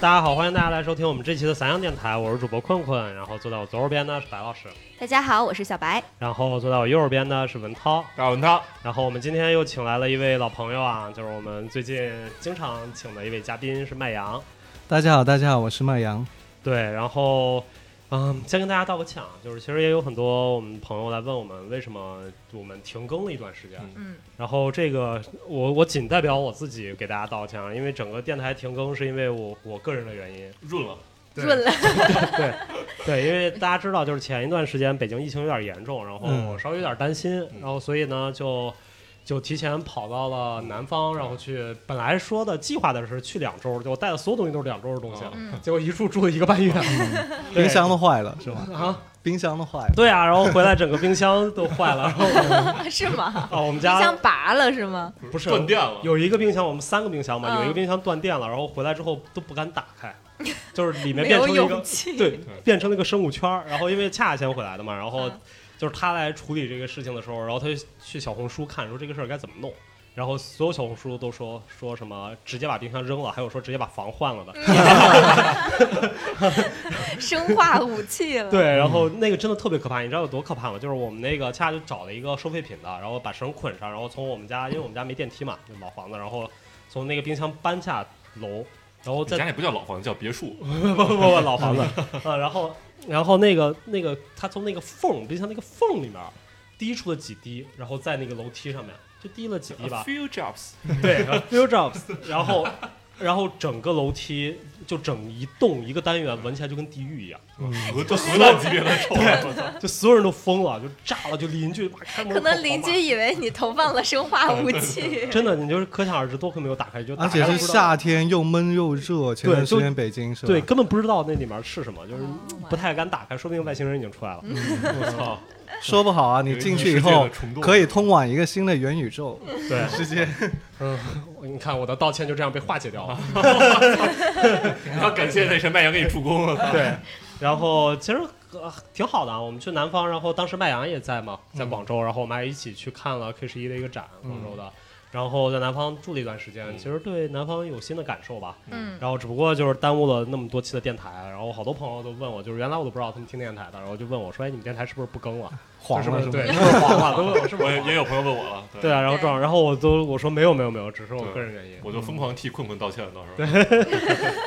大家好，欢迎大家来收听我们这期的散养电台，我是主播困困，然后坐在我左手边呢是白老师，大家好，我是小白。然后坐在我右手边呢是文涛，大文涛，然后我们今天又请来了一位老朋友啊，就是我们最近经常请的一位嘉宾是麦阳，大家好，大家好，我是麦阳。对，然后，嗯，先跟大家道个歉啊，就是其实也有很多我们朋友来问我们为什么我们停更了一段时间，嗯，然后这个我我仅代表我自己给大家道歉啊，因为整个电台停更是因为我我个人的原因，润了，对润了，对， 因为大家知道就是前一段时间北京疫情有点严重，然后嗯我稍微有点担心，然后所以呢就。就提前跑到了南方，然后去本来说的计划的是去两周，就我带的所有东西都是两周的哦东西，啊嗯结果一住住了一个半 月，对冰箱都坏了是吧？啊，冰箱都坏了，对啊，然后回来整个冰箱都坏了，然后 是吗？啊，我们冰家箱拔了是吗？不是断电了，有一个冰箱，我们三个冰箱嘛，嗯有一个冰箱断电了，然后回来之后都不敢打开，就是里 面没变有成了一勇个气。对，嗯变成了一个生物圈儿。然后因为恰恰先回来的嘛，然后嗯就是他来处理这个事情的时候，然后他就去小红书看说这个事儿该怎么弄。然后所有小红书都说说什么直接把冰箱扔了，还有说直接把房换了的。生化武器了。 对，然后那个真的特别可怕，你知道有多可怕吗？就是我们那个恰恰就找了一个收废品的，然后把绳捆上，然后从我们家，因为我们家没电梯嘛，就老房子，然后从那个冰箱搬下楼，然后你再家那不叫老房子，叫别墅，不不不不老房子，啊，然后然后那个那个他从那个缝冰箱那个缝里面滴出了几滴，然后在那个楼梯上面就滴了几滴吧 A，few jobs，对 f e w jobs，然后然后整个楼梯就整一栋一个单元闻起来就跟地狱一样。核这核弹级别的臭，我操就所有人都疯了，就炸了，就邻居哇开门可能狂邻骂居以为你投放了生化武 器。真的，你就是可想而知，多亏没有打开，就打而开且了是不知道夏天又闷又热。前段时间北京是吧？对，根本不知道那里面是什么，就是哦不太敢打开，说不定外星人已经出来了。嗯嗯我操，说不好啊，你进去以后有一个世界的虫洞可以通往一个新的元宇宙 对，世 界。嗯，你看我的道歉就这样被化解掉了。你要感谢那谁麦阳给你助攻了，对，然后其实、呃、挺好的啊，我们去南方，然后当时麦阳也在嘛，嗯在广州，然后我们还一起去看了 K 十一的一个展，广州的。然后在南方住了一段时间，嗯其实对南方有新的感受吧。嗯，然后只不过就是耽误了那么多期的电台，然后好多朋友都问我，就是原来我都不知道他们听电台的，然后就问我说，哎，你们电台是不是不更了？黄这是不了是是吗对，是不是黄了？都问我是不 我是也黄了？也有朋友问我了，对，啊，然后这样，然后我都我说没有没有没有，只是我对个人原因。我就疯狂替困困道歉，到时候，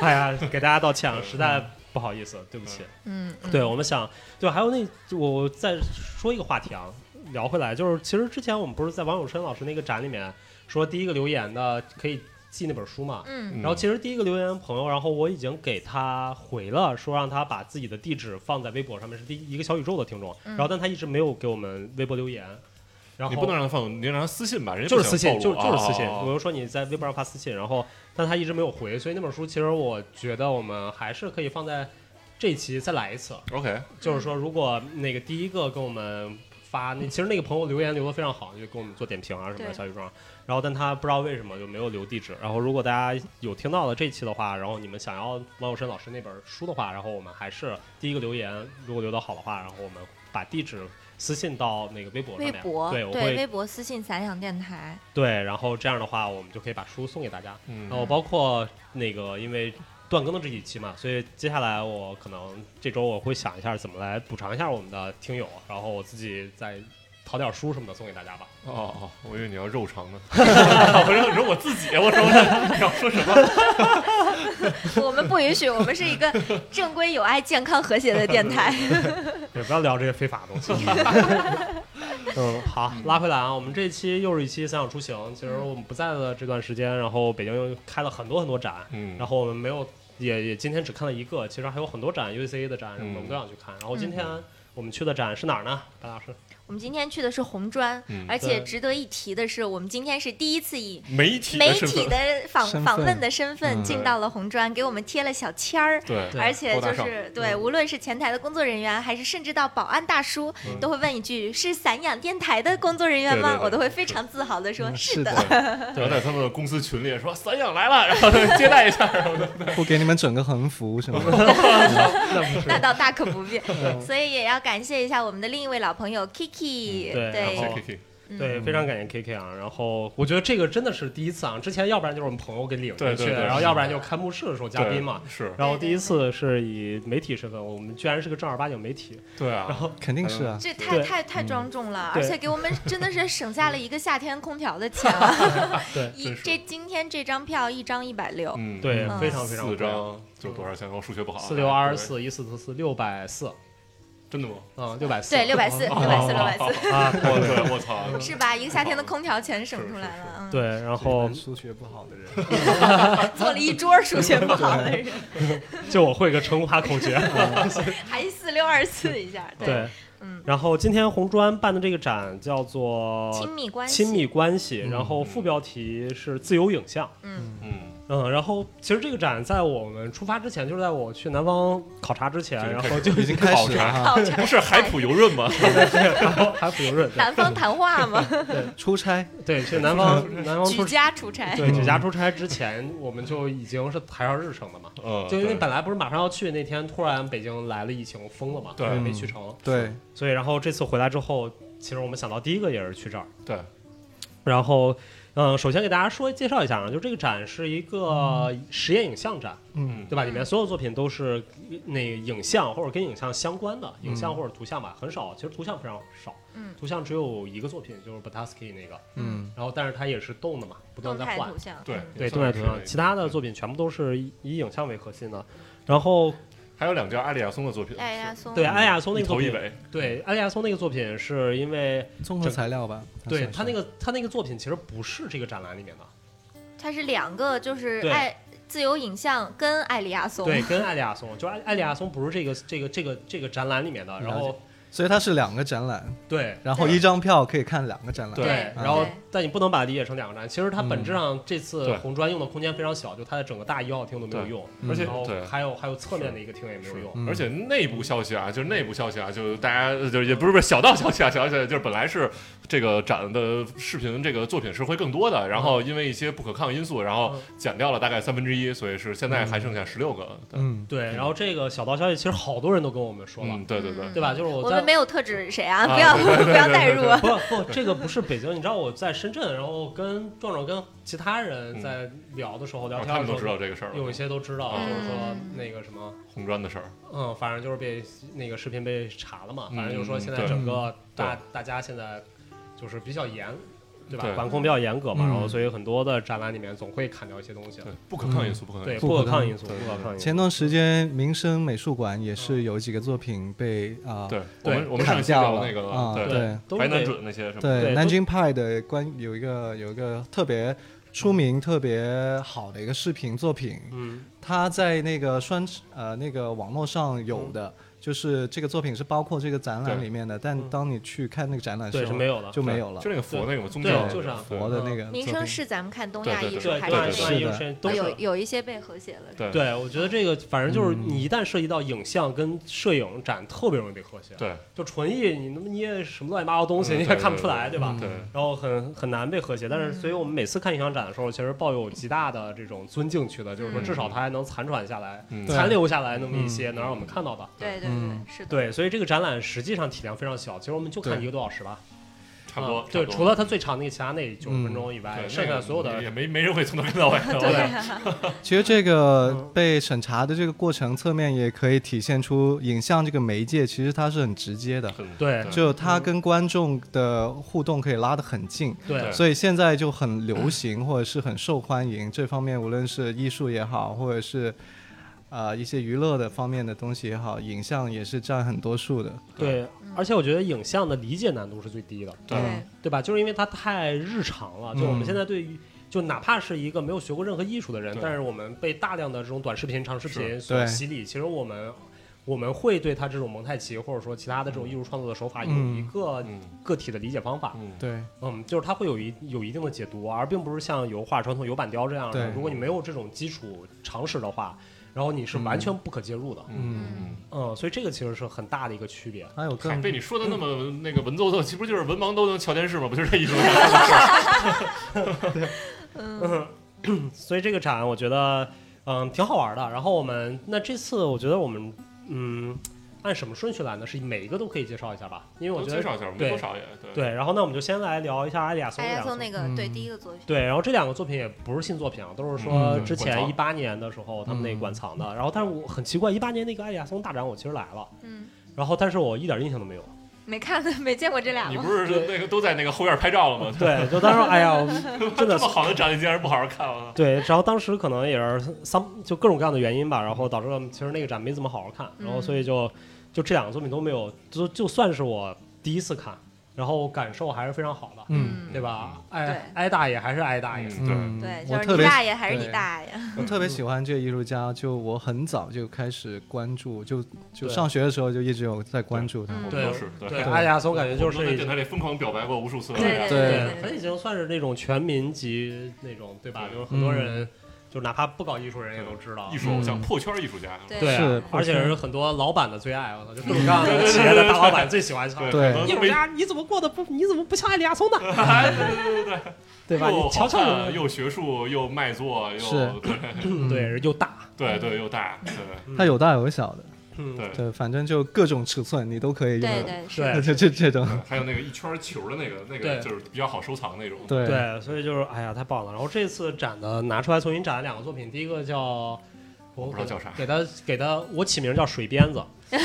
哎呀，给大家道歉，啊，实在嗯不好意思，对不起。嗯，嗯对，我们想，对，还有那我再说一个话题啊，聊回来，就是其实之前我们不是在王永生老师那个展里面说第一个留言的可以寄那本书嘛，嗯嗯然后其实第一个留言朋友，然后我已经给他回了，说让他把自己的地址放在微博上面，是第一个小宇宙的听众，嗯然后但他一直没有给我们微博留言，然后你不能让他放，你让他私信吧，人家就不是私想信，暴就是露就是私信。哦我就说你在微博上发私信，然后但他一直没有回，所以那本书其实我觉得我们还是可以放在这期再来一次，哦 OK，就是说如果那个第一个跟我们发，那其实那个朋友留言留的非常好，就给我们做点评啊什么对的小雨庄，然后但他不知道为什么就没有留地址，然后如果大家有听到了这期的话，然后你们想要王永生老师那本书的话，然后我们还是第一个留言，如果留的好的话，然后我们把地址。私信到那个微博上微面，博对，我会微博私信散养电台。对，然后这样的话，我们就可以把书送给大家。嗯然后哦包括那个，因为断更的这几期嘛，所以接下来我可能这周我会想一下怎么来补偿一下我们的听友，然后我自己再淘点书什么的送给大家 吧。哦哦，我以为你要肉 偿呢，我说你说我自己，啊我说我说你要说什么？ 我们不允许，我们是一个正规、友爱、健康、和谐的电 台。也不要聊这些非法的东西。嗯， 好，拉回来啊，我们这一期又是一期三小出行。其实我们不在的这段时间，然后北京又开了很多很多展，嗯然后我们没有，也也今天只看了一个，其实还有很多展，UCA 的展什么的，我们嗯都想去看。然后今天我们去的展是哪儿呢？白老师，我们今天去的是红砖，嗯而且对值得一提的是，我们今天是第一次以媒体媒的身体份，的访身份访问的身份嗯进到了红砖，给我们贴了小签儿。对对而且高就大上是对，无论是前台的工作人员，还是甚至到保安大叔，嗯都会问一句：“是散养电台的工作人员吗对对？”对我都会非常自豪的说：“嗯是是的然后在他们的公司群里说散养来了，然后就接待一下，哦不给你们整个横 幅什么的。 那不那倒大可不必。所以也要感谢一下我们的另一位老朋友 Kiki，对然后谢谢 Kiki 嗯对，非常感谢 K K 啊。然后我觉得这个真的是第一次啊，之前要不然就是我们朋友给领对回对去，对然后要不然就开幕式的时候嘉宾嘛。对，是然后第一次是以媒体身份，我们居然是个正儿八经媒体，对啊，肯定是啊，这太对太太庄重了，对而且给我们真的是省下了一个夏天空调的钱。啊对 一真是这今天这张票一张一百六，嗯，对，嗯非常非常四张就多少钱？我数学不好啊，四六二十四一四四四六百四，对，真 的吗？嗯，六百四，对，六百四，六百四，六百四，啊，我对，我操，是吧？一个夏天的空调钱省出来是是了，嗯，对，然 后数学不好的人，做了一桌数学不好的人，就我会个乘法口诀，还四六二四一下，嗯对，啊对，嗯，然后今天红砖办的这个展叫做亲密关系，亲密关系，然后副标题是自由影像。嗯嗯，嗯，然后其实这个展在我们出发之前，就是在我去南方考察之前，对然开后 始就已经开始了哈，考察不是海普游润吗？还不用认南方谈话嘛，出差对，去南方南方举出家出差，对举家出差之前，我们就已经是排上日程了嘛。嗯，就因为对本来不是马上要去那天，突然北京来了疫情封了嘛，对嗯也没去成。对，所以然后这次回来之后，其实我们想到第一个也是去这儿。对，然后，嗯，首先给大家说介绍一下啊，就这个展是一个实验影像展，嗯对吧？里嗯面所有作品都是那个影像或者跟影像相关的，影嗯像或者图像吧，很少，其实图像非常少，嗯图像只有一个作品，就是 Batasky 那个，嗯，然后但是它也是动的嘛，不断动地在态换图，像，对嗯对，也动算态是图像，其他的作品全部都是以以影像为核心的。然后，哦还有两件艾利亚松的作品，艾亚松，对安雅松那一个作头一品，尾，对安雅松那个作品是因为综合材料吧，嗯对他他那个他那个作品其实不是这个展览里面的，它是两个，就是对爱自由影像跟艾利亚松，对，跟艾利亚松，就艾艾利亚松不是这个这个这个这个展览里面的，然了后所以它是两个展览，对然后一张票可以看两个展览，对然后对但你不能把它理解成两个展，其实它本质上这次嗯对红砖用的空间非常小，就它的整个大一号厅都没有对用，嗯而且然后对。还有还有侧面的一个厅也没有是用，嗯而且内部消息啊，就是内部消息啊，就是大家就是也不是不是小道消息啊，小道消息就是本来是这个展的视频这个作品是会更多的，然后嗯因为一些不可抗因素，然后减掉了大概三分之一，所以是现在嗯还剩下十六个。对嗯，对，然后这个小道消息其实好多人都跟我们说了，嗯，对对对嗯，对吧？就是我我在们没有特指谁啊，啊不要对对对不要代入，不不，这个不是北京，你知道我在深圳，然后跟壮壮跟其他人在聊的时候聊然后天嗯哦的他们时都候，知道这个事儿有一了，些都知道，就是说嗯那个什么。红砖的事儿。嗯，反正就是被那个视频被查了嘛，嗯反正就是说现在对整个大大家现在就是比较严，对吧？对管控比较严格嘛，嗯然后所以很多的展览里面总会砍掉一些东西，对，不可抗因素，不可抗因对，素。不不可可抗抗因素，对不可抗因素前。段时间民生美术馆也是有几个作品被啊对，我们我们上砍一期价聊了那个啊，对对都白是南得准那些什么的，对，对南都京派的关有一个有一个特别出名、特别好的一个视频作品，嗯，它在那个双呃那个网络上有的，就是这个作品是包括这个展览里面的，但嗯当你去看那个展览的对时是候没有了。就没有了就。那个佛那个宗对教，就是啊佛的那个民作生品是咱们看东亚对对艺术对，还东是亚是东亚的艺术实验都啊是有。有一些被和谐了，是吧对嗯对，我觉得这个反正就是你一旦涉及到影像跟摄影展，特别容易被和谐。，对就纯艺，你那么捏什么乱七八糟东西，嗯你也对看不对出来，对吧？对，然后很很难被和谐，但是所以我们每次看影像展的时候，其实抱有极大的这种尊敬去的，就是说嗯至少它还能残喘下来、嗯残留下来那么一些，能让我们看到的。对对对嗯，是的，对，所以这个展览实际上体量非常小，其实我们就看对一个多小时吧，差不多啊。差对，不多除了它最长那个其他那九十分钟以外，对剩哎那下个所有的也没没人会从头看到尾。对 对啊，其实这个嗯被审查的这个过程侧面也可以体现出影像这个媒介，其实它是很直接的，很对就它跟观众的互动可以拉得很近。对对所以现在就很流行或者是很受欢迎，这方面无论是艺术也好，或者是呃一些娱乐的方面的东西也好，影像也是占很多数的。对，而且我觉得影像的理解难度是最低的，对嗯对对吧？就是因为它太日常了，就我们嗯现在对于。就哪怕是一个没有学过任何艺术的人对，但是我们被大量的这种短视频、长视频是所对洗礼，其实我们我们会对他这种蒙太奇或者说其他的这种艺术创作的手法有嗯一个嗯个体的理解方法，嗯对，嗯，就是它会有一有一定的解读，而并不是像油画、传统油板雕这样的。对如果你没有这种基础常识的话，然后你是完全不可接入的。嗯嗯，所以这个其实是很大的一个区别。还有嗯，还更被你说的那么那个文绉绉，岂不就是文盲都能瞧电视吗？不就是这意思吗？所以这个展我觉得嗯挺好玩的。然后我们那这次我觉得我们嗯。按什么顺序来呢？是每一个都可以介绍一下吧？因为 我都 觉介得绍一下，我们对多少也对对，然后那我们就先来聊一下阿里亚松艾这亚两个松作品哎那个、嗯对第一个作品，对，然后这两个作品也不是新作品啊，都是说嗯之馆前藏一八年的时候他们那个馆藏的。然后，但是我很奇怪，一八年那个艾利亚松大展我其实来了，嗯，然后但是我一点印象都没有。没看没见过这俩你吗？不是那个都在那个后院拍照了吗？对，就当时哎呀，我真的 这么好的展你竟然不好好看啊！对，然后当时可能也是三就各种各样的原因吧，然后导致了其实那个展没怎么好好看，然后所以就就这两个作品都没有，就就算是我第一次看，然后感受还是非常好的，嗯，对吧？挨挨大爷还是挨大爷，嗯对对，我就是特你别大爷还是你对大爷，我特别喜欢这个艺术家，就我很早就开始关注，就就对上学的时候就一直有在关注他。嗯我对们都是对，对，艾利亚松感觉就我们是在已电经台里疯狂表白过无数次了。对对对他已经算是那种全民级那种，对吧？对就是很多人，就哪怕不搞艺术人也都知道艺。术偶嗯像破圈艺术家，对对啊是，而且是很多老板的最爱，我操，就各种各样的企业对对的对大老板最喜欢唱。对可能艺都术没家，你怎么过得不？你怎么不像艾利亚松呢？对吧？ 又你好瞧瞧你看们，又学术又卖座又是嗯对，又大， 对对又大，对他有大有小的，嗯，对对，反正就各种尺寸你都可以用对的，对是，对就就 这种，还有那个一圈球的那个，那对个就是比较好收藏那种。对对，所以就是哎呀，太棒了。然后这次展的拿出来重新展了两个作品，第一个叫。我不知道叫啥给他给他，我起名叫水鞭子，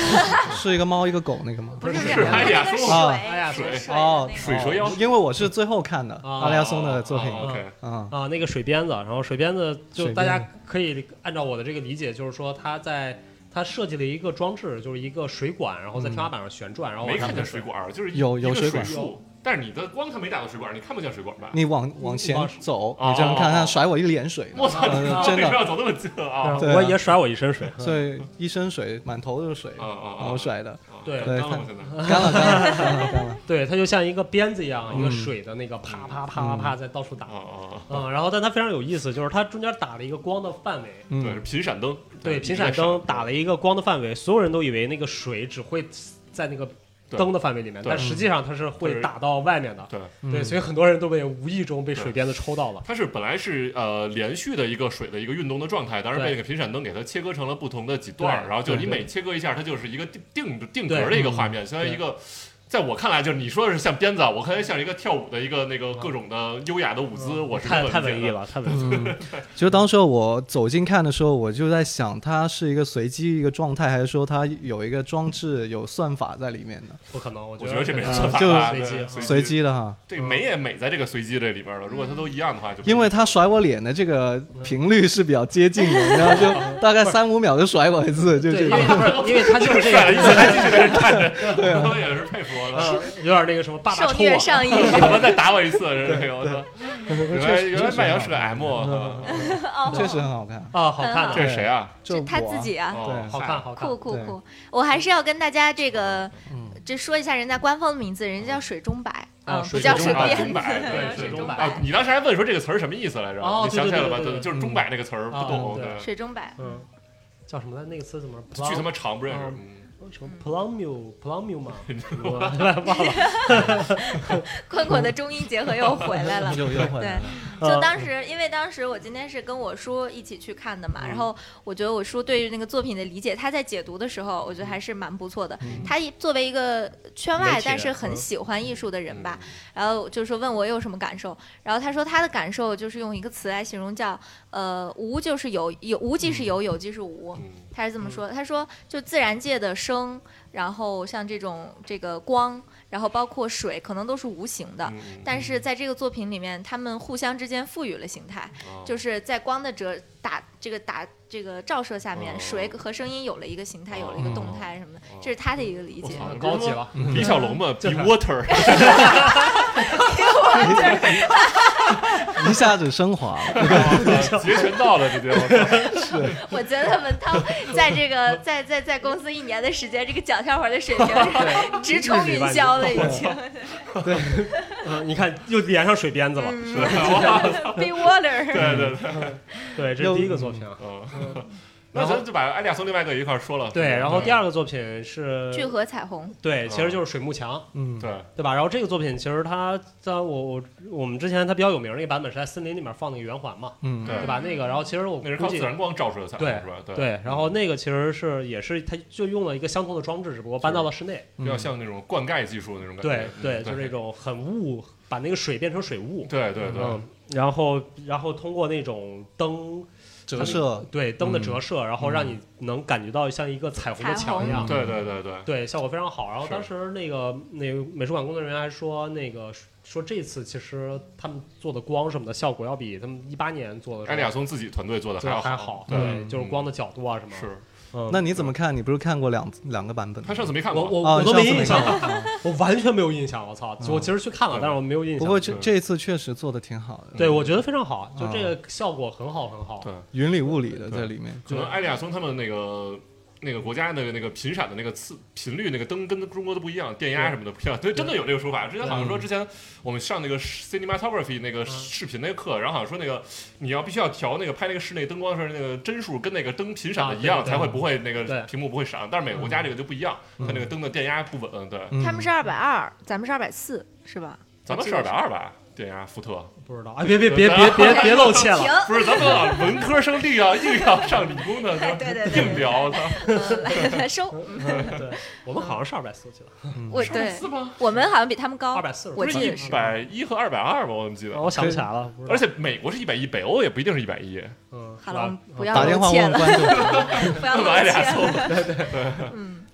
是一个猫一个狗那个吗？不是是是两艾个，亚一个松水，啊艾亚水松水哦的那个水蛇腰因为我是最后看的啊阿利亚松的作品哦，，OK，嗯，啊，那个水鞭子，然后水鞭子就水鞭大家可以按照我的这个理解，就是说它在它设计了一个装置，就是一个水管，然后在天嗯花板上旋转，然后没往下看见面水管儿，就是一有有一个水水管树，但是你的光它没打到水管儿，你看不见水管儿吧？你往往前往走，哦你这样看，哦他甩我一脸水呢，我操，嗯你真为什么的，要走那么近啊？对啊我也甩我一身水， 所以一身水，满头都是水，啊啊然后甩的，啊对干了吗？现在干了干了干了干了，对，它就像一个鞭子一样，嗯一个水的那个嗯啪啪啪啪啪在到处打啊，啊，啊嗯，然后但它非常有意思，就是它中间打了一个光的范围，对，是嗯，频闪灯，对，频闪灯打了一个光的范围，所有人都以为那个水只会在那个对灯的范围里面，对但实际上它是会对打到外面的，对。嗯对，所以很多人都被无意中被水鞭子抽到了。它是本来是呃连续的一个水的一个运动的状态，但是对被那个频闪灯给它切割成了不同的几段儿，对然后就你对每切割一下，它就是一个定定定对格的一个画面，相当于对一个。在我看来，就是你说的是像鞭子啊，我看来像一个跳舞的一个那个各种的优雅的舞姿，我是太这么嗯太理解文艺的。了，太文艺了。嗯，就当时我走近看的时候，我就在想，它是一个随机一个状态，还是说它有一个装置有算法在里面的，不可能，我觉我得觉得这没嗯办法就吧，随机对随机的哈？这美也美在这个随机这里边了。如果它都一样的话，就不因 为他甩我脸的这个频率是比较接近的，然后就大概三五秒就甩我一次，就对，这因为种。 不是因为他就是这帅了，一个，直还继续在这看着，啊 我也是佩服我了。呃， 有点那个什么爸爸受抽虐我，上瘾怎么再打我一次？这个我操！ 原来原来麦阳是个 M，啊嗯哦确实很 好看，啊，好看很的，这是谁啊？就他我自己啊，哦对好看，。好看酷。酷对酷！我还是要跟大家这个嗯，这说一下人家官方的名字，人家叫水中摆，啊嗯，不水叫中水摆啊，边中摆，对对，水中中摆啊，你当时还问说这个词儿什么意思来着？哦你想起来了吧？对对对对对就是中摆那个词儿不啊懂，对， 水中摆， 嗯，叫什么来？那个词怎么？巨他妈长不认识。嗯什么 plumio plumio 吗？我忘了。困困的中英结合又回来 了。嗯又又回来了。嗯就当时，因为当时我今天是跟我叔一起去看的嗯嘛，然后我觉得我叔对于那个作品的理解，他在解读的时候，我觉得还是蛮不错的。嗯他一作为一个圈媒外体但人是很喜欢艺术的人吧，嗯然后就说问我有什么感受，然后他说他的感受就是用一个词来形容叫呃无就是有，有无即是有，有即是无。嗯他是这么说的，他说就自然界的生，然后像这种这个光，然后包括水，可能都是无形的。嗯但是在这个作品里面，他们互相之间赋予了形态，哦就是在光的折打这个打这个照射下面，哦水和声音有了一个形态，有了一个动态什么的哦，这是他的一个理解。我操嗯高级了，李小龙嘛，Be 这还 Water， 一下子升华 了，截拳道了，直接我操我觉得文涛在这个在在在公司一年的时间，这个讲笑话的水平直冲云霄了，已经。嗯，你看又连上水鞭子了。嗯 Be water，对对对，对，这是第一个作品啊。嗯，那然后咱就把艾利亚松另外一个一块儿说了。对，然嗯后第二个作品 聚是，合彩虹，对，其实就是水幕墙，嗯，对，对吧？然后这个作品其实它在我我我们之前它比较有名的一个版本是在森林里面放那个圆环嘛，嗯，对对吧？那个，然后其实我那是估靠计自然光照出来的彩虹对是吧？对，对，然后那个其实是也是它就用了一个相同的装置，只不过搬到了室内。嗯比较像那种灌溉技术那种感对觉。对，对，就是那种很雾，把那个水变成水雾。对对对，嗯，然后然后通过那种灯折射，对灯的嗯折射，然后让你能感觉到像一个彩虹的墙一样。对对对对，对，效果非常好。然后嗯是当时那个那个美术馆工作人员还说，那个说这次其实他们做的光什么的效果要比他们一八年做的时候艾利亚松自己团队做的做的还还要好，对，对，嗯就是光的角度啊什么。是嗯，那你怎么看？你不是看过两两个版本吗？他上次没看我过，我啊我都上次没印象了，看过我完全没有印象。我操，我其实去看了，嗯但是我没有印不象过。这对这一次确实做的挺好的，对，我觉得非常好，就这个效果很好很好。嗯对云里雾里的对在里面。可能艾利亚松他们那个那个国家的那个频闪的那个次频率那个灯跟中国的不一样，电压什么的不一样，对，真的有这个说法。之前好像说之前我们上那个 cinematography 那个视频那个课，然后好像说那个你要必须要调那个拍那个室内灯光的时候，那个帧数跟那个灯频闪的一啊样，对对才会不会那对个屏幕不会闪。但是每个国家这个就不一样，它那个灯的电压不稳，对，嗯他们是二百二，咱们是二百四，是吧？咱们是二百二吧。电压福特不知道，哎，别别别别别 别露怯了。停，不是咱们老文科生硬要硬要上理工的，对 对对对硬聊的，嗯 来来收，嗯对，我们好像是二百四去了，我上对四吗？我们好像比他们高， 240我不记是得一是。百一和二百二吧？我怎么记得啊？我想不起来了。不知道而且美国是一百一，北欧也不一定是一百一。嗯，好了，我们不要打电话露怯问了，观众，不要露 买俩怯葱了。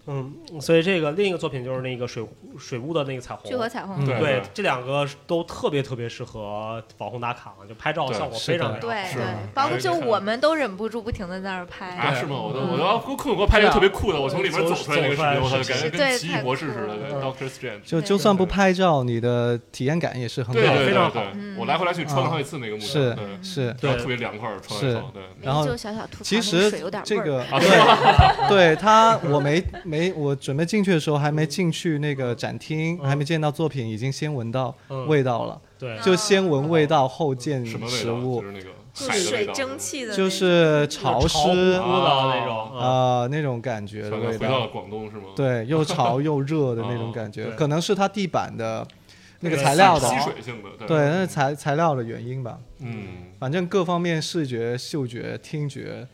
嗯，所以这个另一个作品就是那个水水雾的那个彩虹，聚合彩虹，对对，这两个都特别特别适合网红打卡嘛，就拍照效果对非常非常好。对是对吗，包括就哎你看我们都忍不住不停的在那儿拍。啊，对是吗？我都嗯我都要空给我啊拍了一个特别酷的，我从里边走出来那个视频，我走感出来觉对跟奇异博士似的太酷了，Doctor Strange。嗯就对就算不拍照，你的体验感也是很好对对的。非对常对好对，我来回来去穿了好几次那个木是头，对，是，对然后特别凉快，穿了一双，对，然后就小小吐槽，其那个实水有点味这儿。个啊 对，对他我没没我准备进去的时候还没进去那个展厅，嗯还没见到作品，已经先闻到嗯味道了，对就先闻味道后见什么味食道？啊物就，是那个就海是的味水道，蒸气的那种，就是潮潮乎乎的湿那种。嗯啊那种感觉对的吧回味到道了，广东是吗？对，又潮又热的那种感哦觉，对可能是它地板的那个对材料的吸，水性的，对，那是材材料的原因吧。嗯，反正各方面视觉、嗅觉、听觉、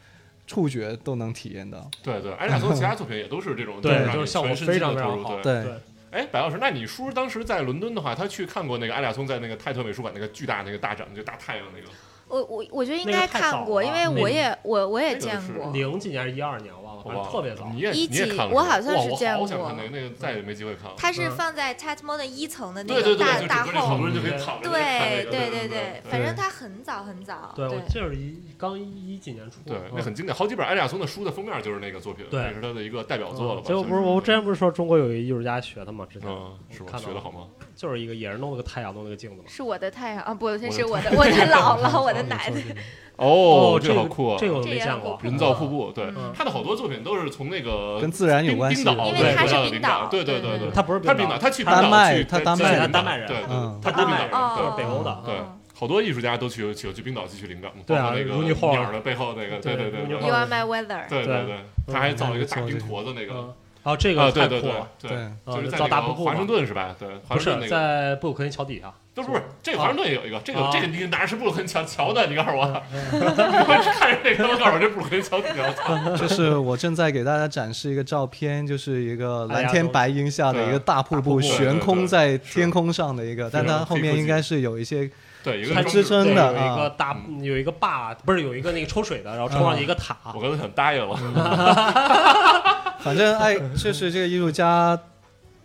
触觉都能体验到。对对，艾利亚松其他作品也都是这种，对让你就是效果全身心非常地非常投入好对，对，哎，白老师，那你叔当时在伦敦的话，他去看过那个艾利亚松在那个泰特美术馆那个巨大那个大展，就大太阳那个，我我我觉得应那个该太看早过，了因为那我也我我也那个见是过。零几年一二年忘了，好反吧正特别早。你也一你也集看我过，好像哇是我见好想过看那个那个，再也没机会看了。它是嗯放在 Tat m o n 一层的那对个对对，大就大整个好后，多人就可以躺着看那对个对对对，反正它很早很早，对，我记得是一刚一几年出。对嗯，那很经典，好几本艾利亚松的书的封面就是那个作品，对也是他的一个代表作了吧？结果不是，算嗯我之前不是说中国有一个艺术家学他吗？之前嗯，是吗？看到学了的好吗？就是一个也是弄了个太阳，弄了个镜子嘛。是我的太阳啊，不，这的是我的我的姥姥，我的嗯奶没奶 错，哦这个好酷啊！这个我都这没也见很过。酷人造瀑布，对嗯，他的好多作品都是从那个跟自然有冰关系冰岛，因为对他是得到冰灵岛感对对对对，他不是他冰冰岛岛，他去冰丹岛麦去，他丹去麦冰岛丹麦人啊对对嗯对，他不是冰岛人，哦对是北欧的对哦，好多艺术家都去有去去冰岛汲取灵感嘛，对啊包括那如尼个霍尔鸟的背后那个，对对对如对尼对霍 You are 尔 my weather，对对对对，他还造了一个大嗯冰坨子那嗯个，，然后这啊个对太对酷对了。对对，呃就是在造那大个瀑布华盛嘛顿是吧？对，华不盛顿是那个。在布鲁克林桥底下，都不是，这个华盛顿也有一个，这个啊嗯这个你哪是布鲁克林桥桥的？你告诉我， 我看着这个，我告诉我这布鲁克林桥底下，我操就是我正在给大家展示一个照片，就是一个蓝哎呀天都白云下的一个大瀑布，对大瀑布悬空在是天空上的一个，但非常它后黑科面技应该是有 一些对，一个它装支置撑对，真的有一个嗯啊大有一个坝，不是有一个那个抽水的，然后冲上去一个塔我，刚才想答应了，嗯反正哎，就是这个艺术家，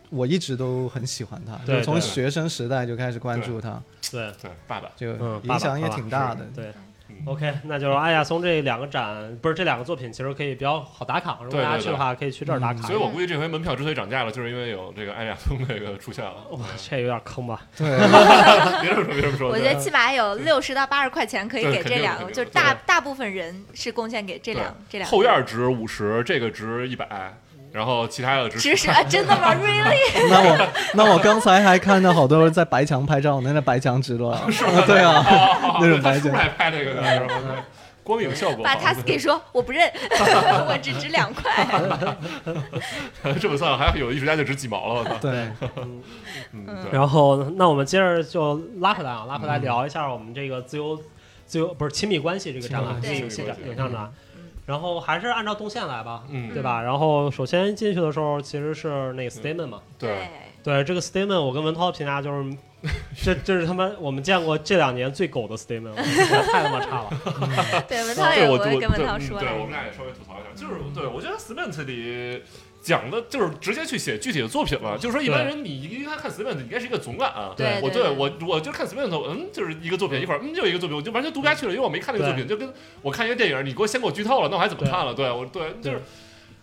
我一直都很喜欢他，对就从对学生时代就开始关注他，对对，爸爸，就嗯爸爸影响也爸爸挺大的。对嗯。 OK，那就是艾亚松这两个展，不是这两个作品，其实可以比较好打卡。如果对大家对嗯去的话，可以去这儿打卡。所以我估计这回门票之所以涨价了，就是因为有这个艾利亚松这个出现了。哇，这有点坑吧？对，别这么说，别这么说，我觉对得起码有六十到八十块钱可以对给肯这定两肯个，定就的是大大部分人是贡献给这两这两后院值五十，这个值一百，然后其他的值知识啊，真的吗？Really？那我那我刚才还看到好多人在白 哦 墙拍照呢，那白墙值多少？啊对啊，那种白出墙。来拍这个的是吧？光影效果把 好， task 给说我不 认，我只值两块。这么算还有艺术家就值几毛了，我操，对，嗯，嗯对，嗯然后，那我们接着就拉回来啊，拉回来聊一下我们这个自由、自由不是亲密关系这个展览，亲密这关个系这个对影像展嗯。然后还是按照动线来吧，嗯对吧？然后首先进去的时候其实是那个 statement 嘛，对，对这个 statement，我跟文涛评价就是，这这是他妈我们见过这两年最狗的 statement，我觉得太他妈差了。对，文涛也对我我我也对跟文涛说嗯对，我了，们俩也稍微吐槽一下，就是对我觉得 Cement 里。讲的就是直接去写具体的作品了，就是说一般对人你应该看 Cement，你应该是一个总感啊。对我对对我我就看 Cement，嗯，就是一个作品，一会儿嗯就一个作品，我就完全读不下去了，因为我没看那个作品，就跟我看一个电影，你给我先给我剧透了，那我还怎么看了？对我对就是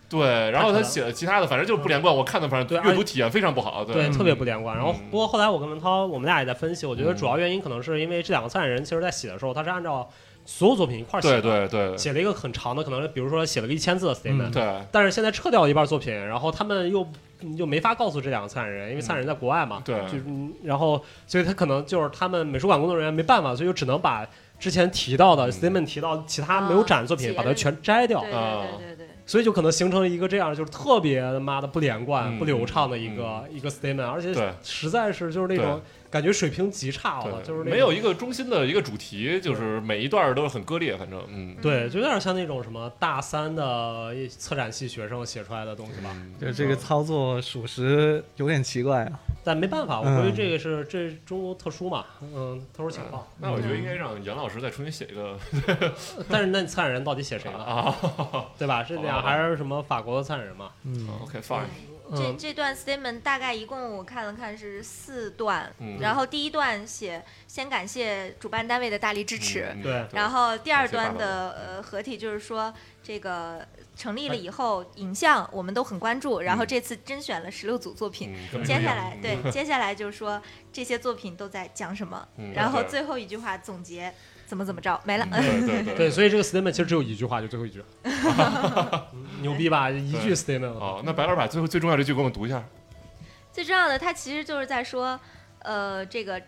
对，然后他写的其他的，反正就是不连贯，我看的反对正阅读体验非常不好。对， 对特别不连贯。然后嗯，不过后来我跟文涛，我们俩也在分析，我觉得嗯主要原因可能是因为这两个参展人其实在写的时候，他是按照所有作品一块儿写对的，对对写了一个很长的，可能比如说写了个一千字的 statement，、嗯对，但是现在撤掉了一半作品，然后他们又嗯又没法告诉这两个参展人，因为参展人在国外嘛，对就是然后所以他可能就是他们美术馆工作人员没办法，所以就只能把。之前提到的嗯 statement 提到其他没有展的作品，啊把它全摘掉，对啊对对对对。所以就可能形成了一个这样，就是特别他妈的不连贯、嗯不流畅的一个、一个 statement，而且对实在是就是那种感觉水平极差了，对，就是那种没有一个中心的一个主题，就是每一段都是很割裂，反正嗯，对，就有点像那种什么大三的策展系学生写出来的东西吧。嗯就这个操作属实有点奇怪啊。但没办法，嗯我估计这个是、这是中国特殊嘛，嗯，特殊情况。那我觉得应该让袁老师再重新写一个但是那你策展人到底写谁呢？ 啊。对吧？是俩好吧还是什么法国的策展人嘛？哦嗯， OK fine，这嗯，这段 statement 大概一共我看了看是四段，嗯然后第一段写先感谢主办单位的大力支持，嗯对然后第二段感谢爸的呃合体就是说这个成立了以后，影像我们都很关注，然后嗯这次甄选了十六组作品。嗯跟接不一下样来，嗯对，接下来就是说这些作品都在讲什么，嗯然后对嗯最后一句话总结怎么怎么着，没了。对对对对，所以这个 statement 其实只有一句话，就最后一 句， 嗯牛逼吧？一句对 statement，我靠哦，那白老师把最后最重要的这句给我们读一下。 最重要的，它其实就是在说，呃，这个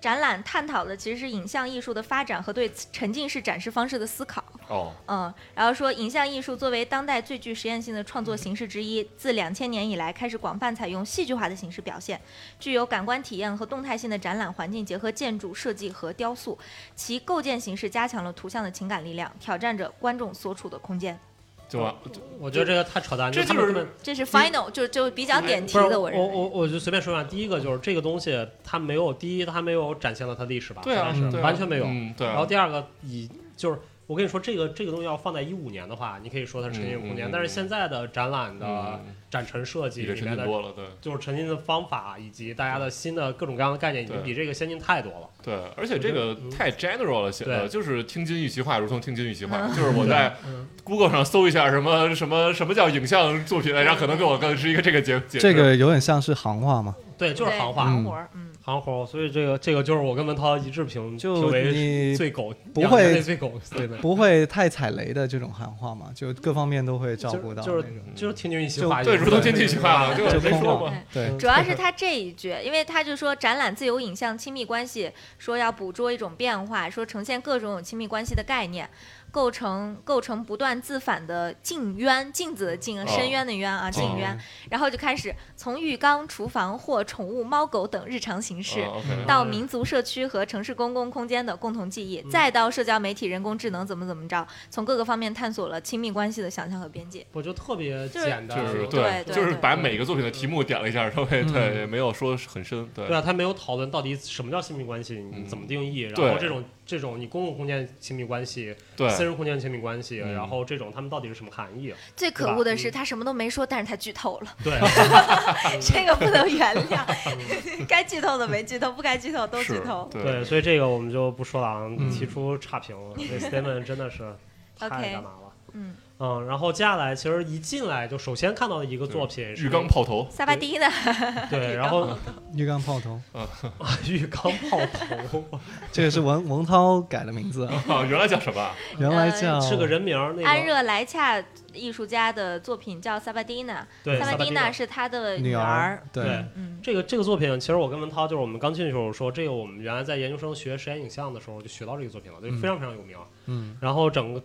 展览探讨的其实是影像艺术的发展和对沉浸式展示方式的思考。哦，嗯，然后说影像艺术作为当代最具实验性的创作形式之一，自两千年以来开始广泛采用戏剧化的形式表现，具有感官体验和动态性的展览环境结合建筑设计和雕塑，其构建形式加强了图像的情感力量，挑战着观众所处的空间。就完，我觉得这个太扯淡，这他就们是根本这是 final，就就比较点题不是的，我认我为。我我就随便说一下，第一个就是这个东西，它没有第一，它没有展现了它历史吧，对啊，实在是对啊完全没有。嗯，对啊。然后第二个以就是我跟你说，这个这个东西要放在一五年的话，你可以说它是沉浸式空嗯嗯间，嗯但是现在的展览的嗯展陈设计比这里深面进的。多了，对就是沉浸的方法以及大家的新的各种各样的概念，已经对比这个先进太多了。对，而且这个嗯太 general 了，写的对就是听君一席话，如同听君一席话，就是 我在嗯 Google 上搜一下什么什么什么叫影像作品，然后可能给我更是一个这个解解释这个有点像是行话嘛，对，就是对行话，行活儿，嗯，行活。所以这个这个就是我跟文涛一致评就评为你最狗，不两年会内最 狗，对的，不会太踩雷的这种行话嘛，就各方面都会照顾到那就是种。就是听君一席话，嗯对，有如同听君一席话嘛，就就没空说了嘛。对，主要是他这一句，因为他就说展览自由影像亲密关系，说要捕捉一种变化，说呈现各种有亲密关系的概念，构成构成不断自反的镜渊，镜子的镜，深渊的渊啊，镜渊。哦然后就开始从浴缸、厨房或宠物猫狗等日常形式。啊，OK，到民族社区和城市公共空间的共同记忆，再到社交媒体、人工智能怎么怎么着，从各个方面探索了亲密关系的想象和边界。我就特别就是简单，就是对对就是对把每个作品的题目点了一下，稍微对，没有说很深，对嗯对啊，他没有讨论到底什么叫亲密关系，你嗯怎么定义，然对后这种这种你公共空间亲密关系、对私人空间亲密关系，嗯然后这种他们到底是什么含 义？最可对吧恶的是，嗯他什么都没说，但是他剧透了。对，这个不能原 谅，该剧透的没剧透，不该剧透都剧是透，。对，所以这个 我们就不说了啊，提出差评了。这 statement 真的是太 OK 干嘛了。嗯，嗯，然后接下来其实一进来就首先看到的一个作品是浴缸 炮头，萨巴蒂娜，对，然后浴缸炮头， 浴缸炮头这个 是文文涛改的名字啊，啊，原来叫什么啊？原来叫呃是个人名儿，那安个热莱恰艺术家的作品叫萨巴蒂娜，对萨萨巴巴蒂蒂娜娜是他的女儿儿，，对对，。嗯，这个这个作品，其实我跟文涛就是我们刚进去的时候我说，这个我们原来在研究生学实验影像的时候就学到这个作品了，就非常非常有名。嗯，然后整个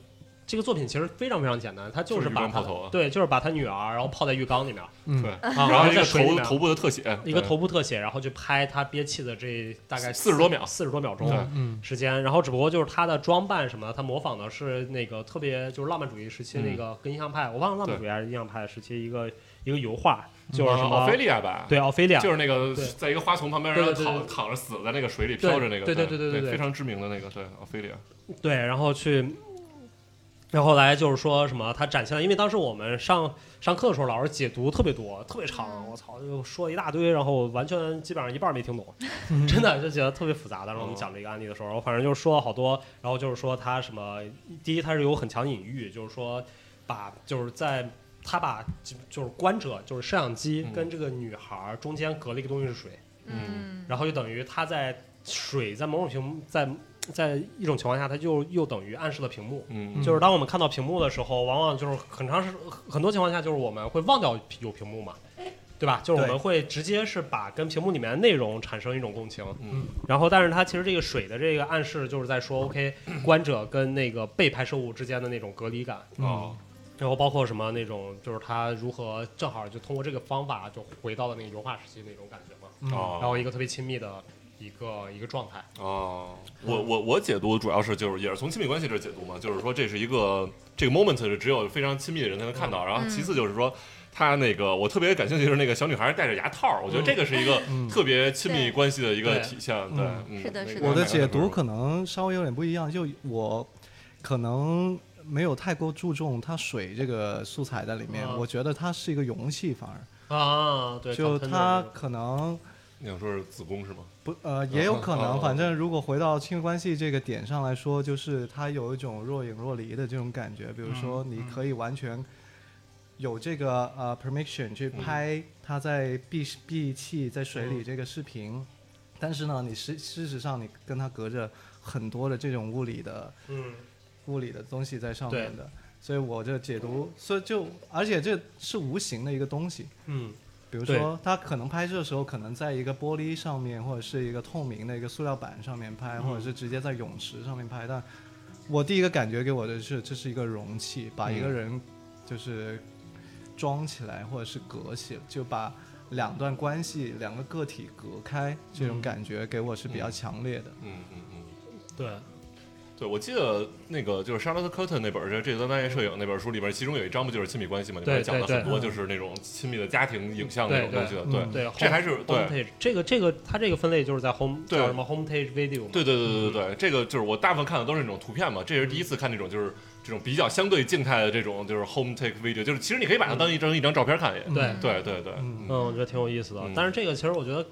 这个作品其实非常非常简单，它就就是是浴把缸他炮头啊对，就是把他女儿然后泡在浴缸里面，嗯对，啊然后一在个水里头面头部的特写，一个头部特写，然后去拍他憋气的这大概40多秒四十多秒对钟嗯时间。然后只不过就是他的装扮什么的，他模仿的是那个特别就是浪漫主义时期嗯那个跟印象派，我忘了浪漫主义还是印象派时期一个一个油画，就是啊什奥么菲利亚吧？对奥菲利亚，就是那个对在一个花丛旁边，对然后对对躺对躺着死在那个水里对飘着那个，对对对对对对对非常知名的那个，对，奥菲利亚，对，然后去，然后后来就是说什么，他展现了，因为当时我们上上课的时候，老师解读特别多，特别长，我操，就说了一大堆，然后我完全基本上一半儿没听懂，真的就觉得特别复杂的。然后我们讲这个案例的时候，反正就是说了好多，然后就是说他什么，第一他是有很强隐喻，就是说把就是在。他把就就是观者，就是摄像机嗯跟这个女孩儿中间隔了一个东西是水，嗯，然后就等于它在水在某种屏幕在在一种情况下，它就又等于暗示了屏幕。嗯，就是当我们看到屏幕的时候，往往就是很长时很多情况下，就是我们会忘掉有屏幕嘛，对吧？就是我们会直接是把跟屏幕里面的内容产生一种共情。嗯，然后但是它其实这个水的这个暗示就是在说，OK，观者跟那个被拍摄物之间的那种隔离感。啊哦，然后包括什么那种，就是他如何正好就通过这个方法就回到了那个油画时期那种感觉嘛。嗯哦，然后一个特别亲密的一个一个状态。哦，我我我解读主要是就是也是从亲密关系这儿解读嘛，就是说这是一个这个 moment 是只有非常亲密的人才能看到，然嗯后其次就是说。他那个，我特别感兴趣，就是那个小女孩戴着牙套，我觉得这个是一个特别亲密对关系的一个对体现。对，嗯嗯是的是我的解读，那个可能稍微有点不一样，就我可能没有太过注重它水这个素材在里面，嗯我觉得它是一个容器，反而啊，对，就它它可能你想说是子宫是吗？不呃也有可嗯嗯能，嗯反正如果回到亲密关系这个点上来说，就是它有一种若隐若离的这种感觉，比如说你可以完全。有这个呃 permission 去拍它在闭闭气在水里这个视频，但是呢，你实事实上你跟它隔着很多的这种物理的嗯，物理的东西在上面的，所以我就解读，所以就而且这是无形的一个东西，嗯，比如对说它可能拍摄的时候，可能在一个玻璃上面，或者是一个透明的一个塑料板上面拍，嗯或者是直接在泳池上面拍，但我第一个感觉给我的是，这是一个容器，把一个人就是装起来，或者是隔起，就把。两段关系，两个个体隔开，这种感觉给我是比较强烈的。嗯嗯嗯。对，对，我记得那个就是莎拉特·科特那本儿《这这段暗夜摄影》那本书里边，其中有一章不就是亲密关系嘛？里对边讲了对很多对就是那种亲密的家庭影像那种对东西的。对嗯对，对，这还是对 home。page 这个这个它这个分类就是在 home 对叫什么 home page video 嘛对对对对对对，这个就是我大部分看的都是那种图片嘛，这也是第一次看这种就是这种比较相对静态的这种就是 home take video，就是其实你可以把它当一张一张照片看也。对，对对对，嗯嗯，我觉得挺有意思的嗯。但是这个其实我觉得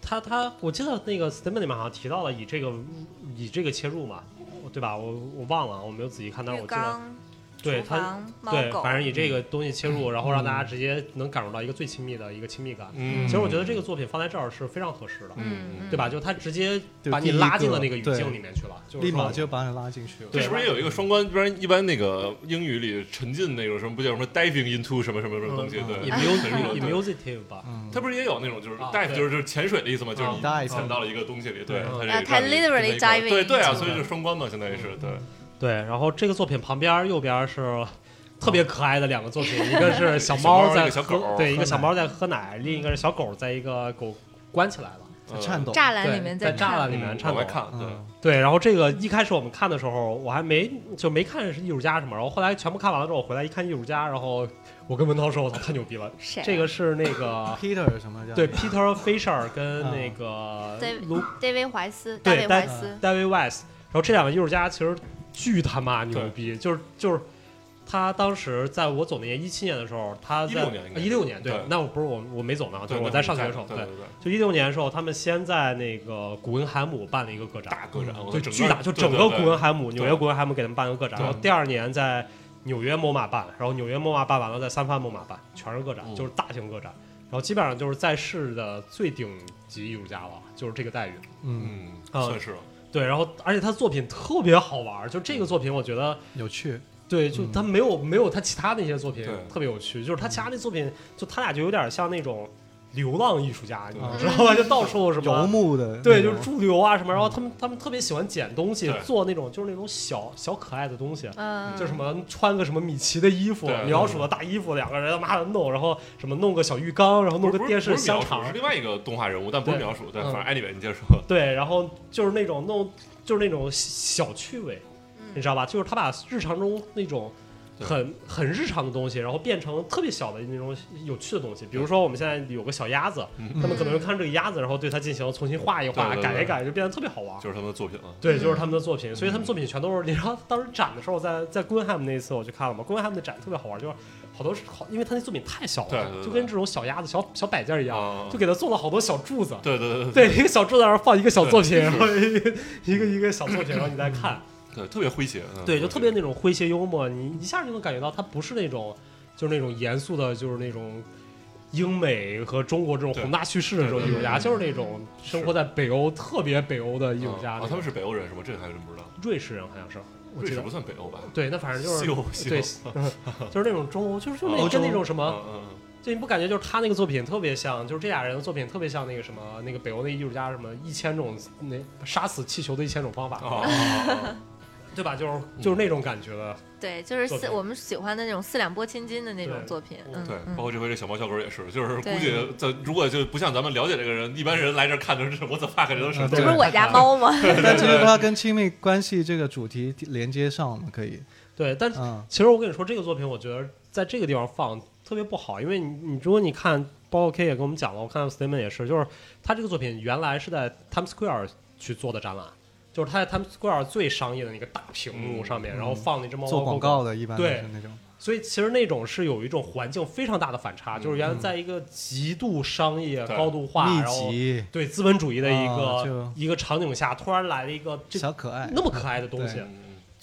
它它，我记得那个 statement 里面好像提到了以这个以这个切入嘛，对吧？我我忘了，我没有仔细看，但是浴我记得缸、对厨它。房、猫对，狗，反正以这个东西切入，然后让大家直接能感受到一个最亲密的一个亲密感。嗯，其实我觉得这个作品放在这儿是非常合适的，嗯，对吧？就它直接就把你第一拉进个了那个语对境里面去了，就是立马说就把你拉进去了。这是不是也有一个双关？不然一般那个英语里沉浸那种什么不叫什么 diving into 什么什么什么东西？嗯对 immu- immusive 吧？嗯它不是也有那种就是啊 dive，对就是就是潜水的意思嘛，就是你啊，dive 潜到了一个东西里，对，嗯它啊这个它 dive literally 跟那个 diving 对对啊， into 所以就是双关嘛，相当于是对，对，然后这个作品旁边右边是特别可爱的两个作品，一个 是小猫在喝，小猫一个小狗对，一个喝小奶猫在喝奶，另一个是小狗在一个狗关起来了，它嗯颤抖，抖。栅栏对里面在栅看，栏里面呃往颤抖外。看，对，啊嗯对，然后这个一开始我们看的时候，我还没就没看是艺术家什么，然后后来全部看完了之后，我回来一看艺术家，然后我跟文涛说，我操，太牛逼了，谁啊？这个是那个 Peter 什么叫？对 Peter Fisher 跟啊那个对 Lu 戴维怀斯，大卫对怀斯， David Wise，然后这两个艺术家其实巨他妈牛逼，就是就是他当时在我走那年一七年的时候，他在16年应该是一六年对对，那我不是我我没走呢，就对，是我那在会上学的看时候，对，对对，就一六年的时候，他们先在那个古根海姆办了一个个展，嗯大个展，我就整巨大，就整对个对古根海姆，对纽约古根海姆给他们办了个个展，对然后第二年在纽约 MoMA 办，然后纽约 MoMA 办完了在三藩 MoMA 办，全是个展，嗯就是大型个展。然后基本上就是在世的最顶级艺术家了，就是这个待遇。嗯，嗯，啊算是对，然后而且他作品特别好玩儿，就这嗯个作品，我觉得有趣，对，就他没有、没有他其他那些作品对特别有趣，就是他其他那作品，就他俩就有点像那种流浪艺术家，你嗯知道吧？就到处什游么。牧的那种，对，就是驻留啊什么，然后他们他们特别喜欢捡东西嗯对，做那种就是那种小小可爱的东西，嗯，就什么穿个什么米奇的衣服对、对米老鼠的大衣服，两个人他妈的弄，然后什么弄个小浴缸，然后弄个不是不是电视不是香描述肠 是，另外一个动画人物，但不是对描述，但嗯反正 anyway 你接着说，对，然后就是那种弄就是那种小趣味，嗯你知道吧？就是他把日常中那种很很日常的东西，然后变成特别小的那种有趣的东西。比如说我们现在有个小鸭子，嗯他们可能看这个鸭子，然后对它进行重新画一画、对对对改一改，就变得特别好玩。 就是他嗯们的作品了。对，就是他们的作品，所以他们作品全都是，你知道当时展的时候在，在 g u n h a m 那一次我去看了嘛 g u n h a m 的展特别好玩，就是好多是好，因为他那作品太小了，对对对就跟这种小鸭子、小小摆件一样，啊就给他做了好多小柱子，对对对 对对，一个小柱子上放一个小作品，然后一个一个一个小 作品，然后你再看，对，特别诙谐，嗯对，就特别那种诙谐幽默，你一下就能感觉到他不是那种就是那种严肃的，就是那种英美和中国这种对宏大叙事的这种对艺对术家，就是那种生活在北欧特别北欧的艺术家啊，，那啊他种们是北欧人是吗？这个还真不知道，瑞士人好像是，我瑞记士得不。算北欧吧？对，那反正就是西欧西欧对，就是那种中欧，就是就欧那洲跟那种什么，嗯嗯就你不感觉就是他那个作品特别像，就是这俩人的作品特别像那个什么那个北欧那艺术家什么一千种那杀死气球的一千种方法，嗯哦啊啊啊啊， 对吧？就是嗯就是那种感觉的，对，就是作四品我们喜欢的那种四两拨千斤的那种对作品，嗯嗯，对，嗯包括这回这小猫小狗也是，就是估对计咱如果就不像咱们了解这个人，一般人来这儿看的是我 怎么 fuck 这都是什么嗯这对东不是西？我家猫吗？ 但这个它跟亲密关系这个主题连接上了，可以，对。但是嗯，其实我跟你说，这个作品我觉得在这个地方放特别不好，因为你你如果你看，包括 K 也跟我们讲了，我看 Statement 也是，就是他这个作品原来是在 Times Square 去做的展览，就是他在 Times Square 最商业的那个大屏幕上面，嗯然后放了一只猫做猫广狗告狗，的一般都对是那种，所以其实那种是有一种环境非常大的反差，嗯就是原来在一个极度商业、对高度化，密然后集对资本主义的一啊个、就一个场景下，突然来了一个这小可爱，那么可爱的东西对，嗯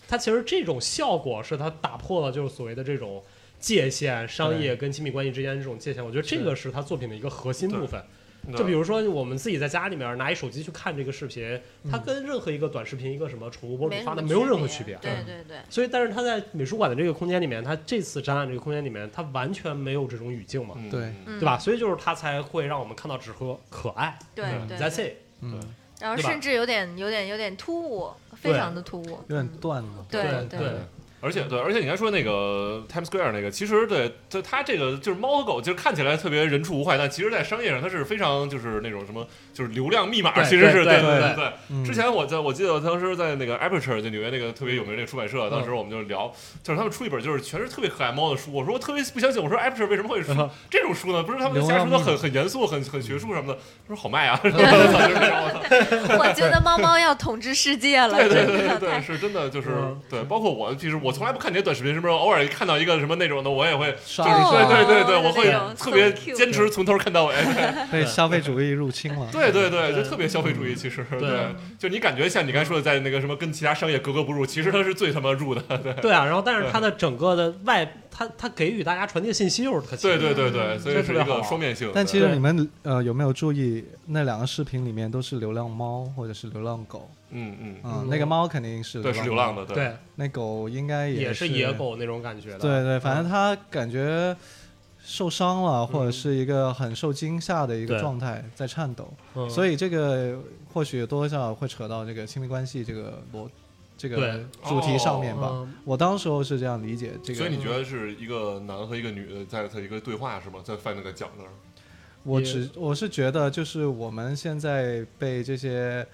它其实这种效果是它打破了就是所谓的这种界限，商业跟亲密关系之间这种界限，我觉得这个是它作品的一个核心部分。嗯就比如说我们自己在家里面拿一手机去看这个视频，嗯它跟任何一个短视频、一个什么宠物博主没发的什么啊没有任何区别。啊对对对，所以，但是它在美术馆的这个空间里面，它这次展览这个空间里面，它完全没有这种语境嘛，嗯对嗯对吧？所以就是它才会让我们看到只和可爱对嗯对，That's 对， it。嗯，然后对吧甚至有点有点有点突兀，非对常的突兀，有点断了，对对对，而且对，而且你刚才说那个 Times Square 那个，其实对，它它这个就是猫和狗，就是看起来特别人畜无害，但其实在商业上它是非常就是那种什么，就是流量密码，对其实是对对对对对。嗯之前我在我记得当时在那个 Aperture 就纽约那个特别有名的那个出版社，当时我们就聊，就是他们出一本就是全是特别可爱猫的书，我说我特别不相信，我说 Aperture 为什么会出嗯这种书呢？不是他们流瞎量说的密很码很严肃、很很学术什么的，他说好卖啊，我操就是这样我操嗯我觉得猫猫要统治世界了，对对真对对的对，太是真的，就是嗯对，包括我，其实我从来不看你的短视频，是不是？偶尔看到一个什么那种的，我也会，就是刷哦对对对对，我那种会特别 so cute 坚持从头看到尾。被消费主义入侵了，对对对，对就特别消费主义，其实对对，就你感觉像你刚才说的，在那个什么跟其他商业格格不入，其实它是最他妈入的。对啊，然后但是它的整个的外，它它给予大家传递的信息又是特奇对怪对对对，所以这特是一别好个玩双面性。但对其实你们呃有没有注意那两个视频里面都是流浪猫或者是流浪狗？嗯嗯，嗯，嗯那个猫肯定是对，是流流浪猫，的，对对，那狗应该也是是野。狗那种感觉嗯的。对对，反正它感觉受伤了，或者是一个很受惊吓的一嗯个对状态在颤抖，嗯所以这个或许多多少少会扯到这个亲密关系这个逻这个对主题上面吧。嗯我当时候是这样理解这个，所以你觉得是一个嗯男和一个女的在在一个嗯对话是吗？在犯那个嗯脚那儿，我也只我是觉得，就是我们现在被这些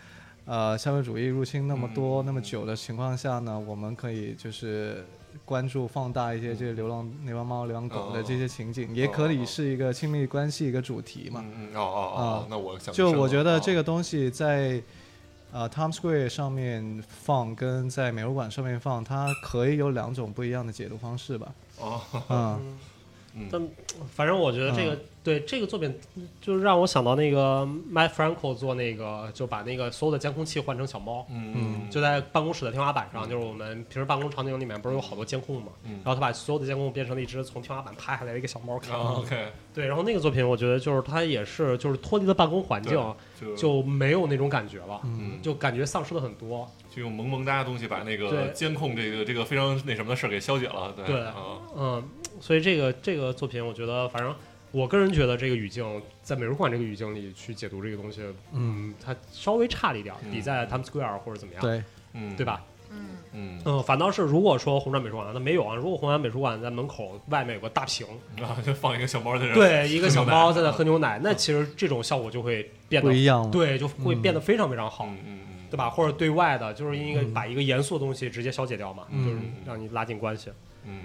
呃消费主义入侵那么多、嗯那么久的情况下呢，我们可以就是关注放大一些这些嗯流浪流浪猫、流浪狗的这些情景，也可哦以是一个亲密关系一个主题嘛。嗯嗯哦哦哦哦啊，那我想嗯就我觉得个。这哦个东西在呃 Times Square 上面放跟在美术馆上面放，它可以有两种不一样的解读方式吧。哦，嗯，但反正我觉得这个对这个作品，就是让我想到那个 Matt Franco 做那个，就把那个所有的监控器换成小猫，嗯，就在办公室的天花板上，嗯就是我们平时办公场景里面不是有好多监控嘛，嗯然后他把所有的监控变成了一只从天花板爬下来的一个小猫看。啊 OK， 对，然后那个作品我觉得就是它也是就是脱离了办公环境，就嗯就没有那种感觉了，嗯，就感觉丧失了很多。就用萌萌哒的东西把那个对监控这个这个非常那什么的事儿给消解了，对对啊，嗯，所以这个这个作品，我觉得反正我个人觉得这个语境在美术馆这个语境里去解读这个东西，嗯，它稍微差了一点儿，嗯比在 Times Square 或者怎么样，对，嗯，对？吧？嗯，嗯 嗯，反倒是如果说红砖美术馆，那没有啊。如果红砖美术馆在门口外面有个大屏，然后就放一个小猫 在这儿，对，一个小猫在那喝喝牛奶，那其实这种效果就会变不得一样了。对，就会变得非常非常好。嗯嗯嗯，对吧？或者对外的，就是一个嗯把一个严肃的东西直接消解掉嘛，嗯就是让你拉近关系。嗯，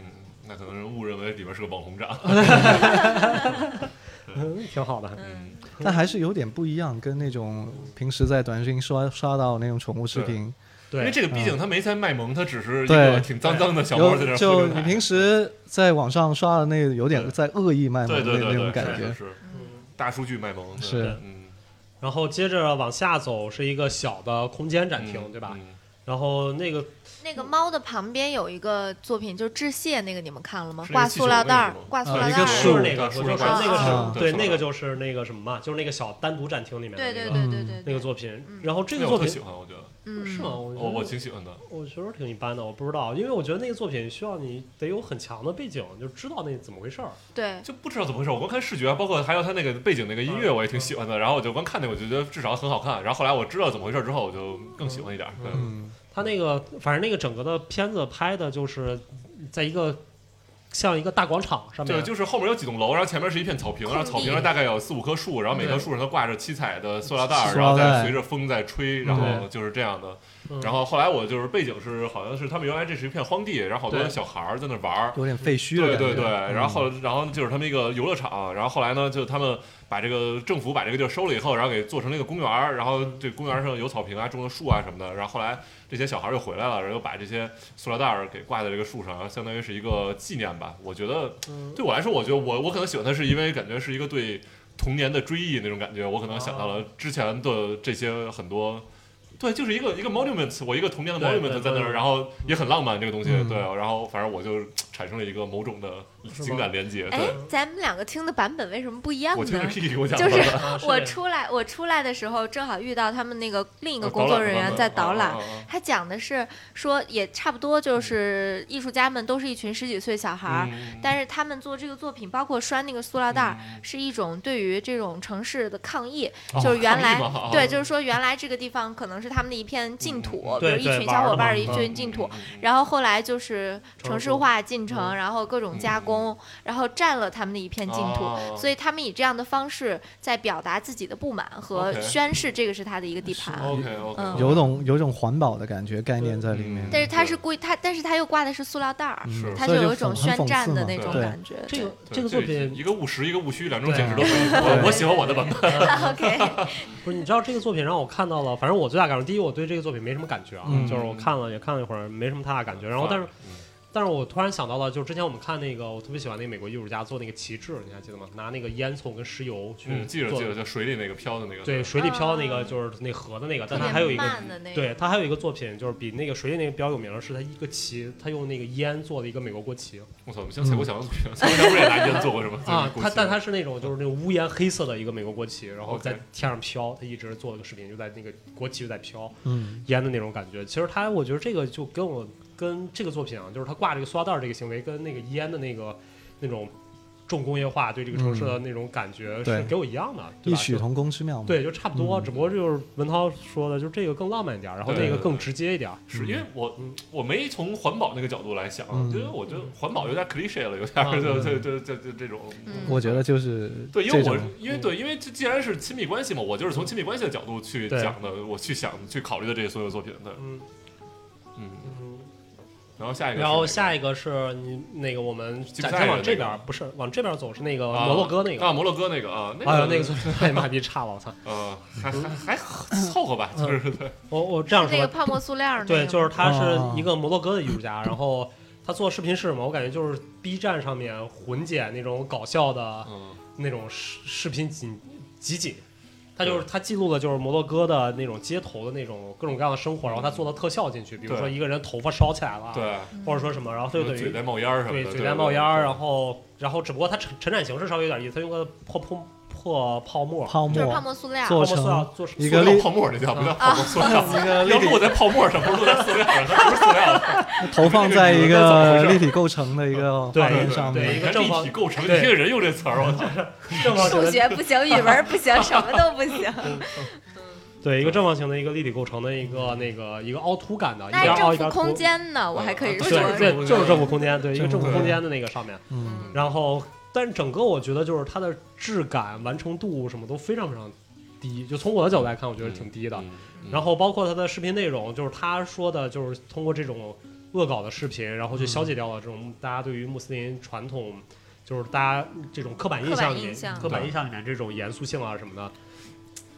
那可能是误认为里边是个网红展，嗯，挺好的。嗯，但还是有点不一样，跟那种平时在短信刷刷到那种宠物视频，因为对，嗯这个毕竟它没在卖萌，它只是一对个挺脏脏的小猫在这有儿就 喝你牛奶，平时在网上刷的那个有点对在恶意卖萌对的对那对那种对，感是觉。是大数据卖萌，对是嗯，然后接着往下走是一个小的空间展厅，嗯对吧？？嗯然后那个那个猫的旁边有一个作品，就是致谢那个，你们看了吗？是一个挂气塑球料那袋儿个是吗，挂塑呃料一袋个儿就那树是个。那个，我树就说上挂那个啊是对，树那个上就是那个什么嘛，就是那个小单独展厅里面对的对那对对个对，那个对作品嗯。然后这个哎我作特品喜欢，我觉得嗯是吗？我觉得我我挺喜欢的，我觉得挺一般的，我不知道，因为我觉得那个作品需要你得有很强的背景，就知道那怎么回事儿。对，就不知道怎么回事。我光看视觉，包括还有它那个背景那个音嗯乐，我也挺喜欢的。然后我就光看那个，我就觉得至少很好看。然后后来我知道怎么回事之后，我就更喜欢一点。对，嗯，他那个反正那个整个的片子拍的就是在一个像一个大广场上面，对，就是后面有几栋楼，然后前面是一片草坪，然后草坪上大概有四五棵树，然后每棵树上都挂着七彩的塑料袋儿，塑然后料袋再随着风在吹，然后对就是这样的。嗯然后后来我就是背景是好像是他们原来这是一片荒地，然后好多对小孩儿在那玩儿。有点废墟对的感觉。对对，嗯然后然后就是他们一个游乐场，然后后来呢，就他们把这个政府把这个地儿收了以后，然后给做成了一个公园儿，然后这公园儿上有草坪啊，种了树啊什么的，然后后来这些小孩儿又回来了，然后又把这些塑料袋儿给挂在这个树上，然后相当于是一个纪念吧。我觉得 嗯对我来说，我觉得我我可能喜欢它是因为感觉是一个对童年的追忆那种感觉，我可能想到哦了之前的这些很多。对，就是一个一个 monument，我一个童年的对 monument 对在那儿， monument 然后也很浪漫这个东西，嗯对，啊然后反正我就产生了一个某种的情感连接。哎对，，咱们两个听的版本为什么不一样我听着呢？ Kiki 给我讲就的是啊是我这样出来，我出来的时候正好遇到他们那个另一个呃工导作览人员在导览啊，啊啊他讲的是说也差不多，就是艺术家们都是一群十几岁小孩啊儿，嗯但是他们做这个作品，包括拴那个塑料袋儿，嗯是一种对于这种城市的抗议，哦就是原来、抗议嘛啊对，就是说原来这个地方可能是他们的一片净土，嗯比如对一对群玩小儿伙的伴嘛儿一嗯群净土。嗯嗯然后后来就是城市化进程，嗯然后各种加工，然后占了他们的一片净土，哦所以他们以这样的方式在表达自己的不满和 OK 哦宣示这个是他的一个地盘。啊 OK OK，嗯有种有种环保的感觉概念在里面。但是他是对嗯故意，他但是他又挂的是塑料袋儿，是他所以有就一种很宣很讽战刺的嘛那种嗯对感觉。这个对这个作品一个务实，一个务虚，两种对解释都可以。我我喜欢我的版本。 OK，不是，你知道这个作品让我看到了，反正我最大感受，第一，我对这个作品没什么感觉啊，嗯就是我看了也看了一会儿，没什么太大感觉。然后，但是，嗯但是我突然想到了，就是之前我们看那个，我特别喜欢那个美国艺术家做那个旗帜，你还记得吗？拿那个烟囱跟石油去嗯，记着做记着，就水里那个飘的那个。对，水里飘那啊个就是那河的那个，特但它别还有一个，慢的那对，种它还有一个作品，就是比那个水里那个比较有名的是它一个旗，它用那个烟做的一个美国国旗我操，像蔡国强的作品，蔡国强不是也拿烟做 过什么？啊，它但它嗯他是那种就是那种乌烟黑色的一个美国国旗，然后 OK 在天上飘，它一直做了个视频，就在那个国旗就在飘。嗯，烟的那种感觉。其实他，我觉得这个就跟我跟这个作品啊，就是他挂这个塑料袋儿这个行为，跟那个烟的那个那种重工业化对这个城市的那种感觉是对给我一样的，对异吧曲就同工之妙嘛。对，就差不多，嗯只不过就是文涛说的，就是这个更浪漫一点儿，然后对那个对更对直接一点儿。是因为我嗯我没从环保那个角度来想，嗯因为我觉得环保有点 cliche 了，有点儿就就就就就这种。嗯我觉得就是对，因为这我种因为对，因为这既然是亲密关系嘛，我就是从亲密关系的角度去对讲的，我去想去考虑的这些所有作品的。嗯嗯，嗯。然后下一个是哪个，然后下一个是你那个我们吉普展赛开人往这那个边儿，不是往这边儿走是那个啊摩洛哥那个。啊，摩洛哥那个啊，哎那呦，那个作品太妈逼差了，我操！嗯呃，还还还凑合吧，就是对我我这样那说个，泡沫塑料儿那个对，吗就是他是一个摩洛哥的艺术家，然后他做视频室嘛，我感觉就是 B 站上面混剪那种搞笑的嗯那种视视频集集锦，他就是他记录了就是摩洛哥的那种街头的那种各种各样的生活，然后他做了特效进去，比如对说一个人头发烧起来了，，对，嗯或者说什么，然后他就什么等嘴于在冒烟儿什么对的，嘴在冒烟儿，然后后然后只不过它成成产形式稍微有点意思，它用个破破破泡沫泡就是泡沫沫塑料，泡沫做塑料成做成一塑个料立叫泡沫儿那叫不叫泡沫塑料？一个立要落体在泡沫上，不是落在塑料上，它不是塑料的，投放在一个立体构成的一个对画面上对面一你个看正立方体构成，你对这个人用这词儿，我操，正方形数的学不行，语文不行，什么都不行。对一个正方形的一个立体构成的一个那个一个凹凸感的，一那还边凹政一边府凸空。间呢，我还可以对说对是，对，就是政府空间，对一个政府政府空间的那个上面，嗯，然后但是整个我觉得就是它的质感、完成度什么都非常非常低，就从我的角度来看，我觉得挺低的。嗯嗯然后包括他的视频内容，就是他说的，就是通过这种恶搞的视频，然后去消解掉了这种大家对于穆斯林传统，就是大家这种刻板印刻象板里印象刻板印象里面这种严肃性啊什么的。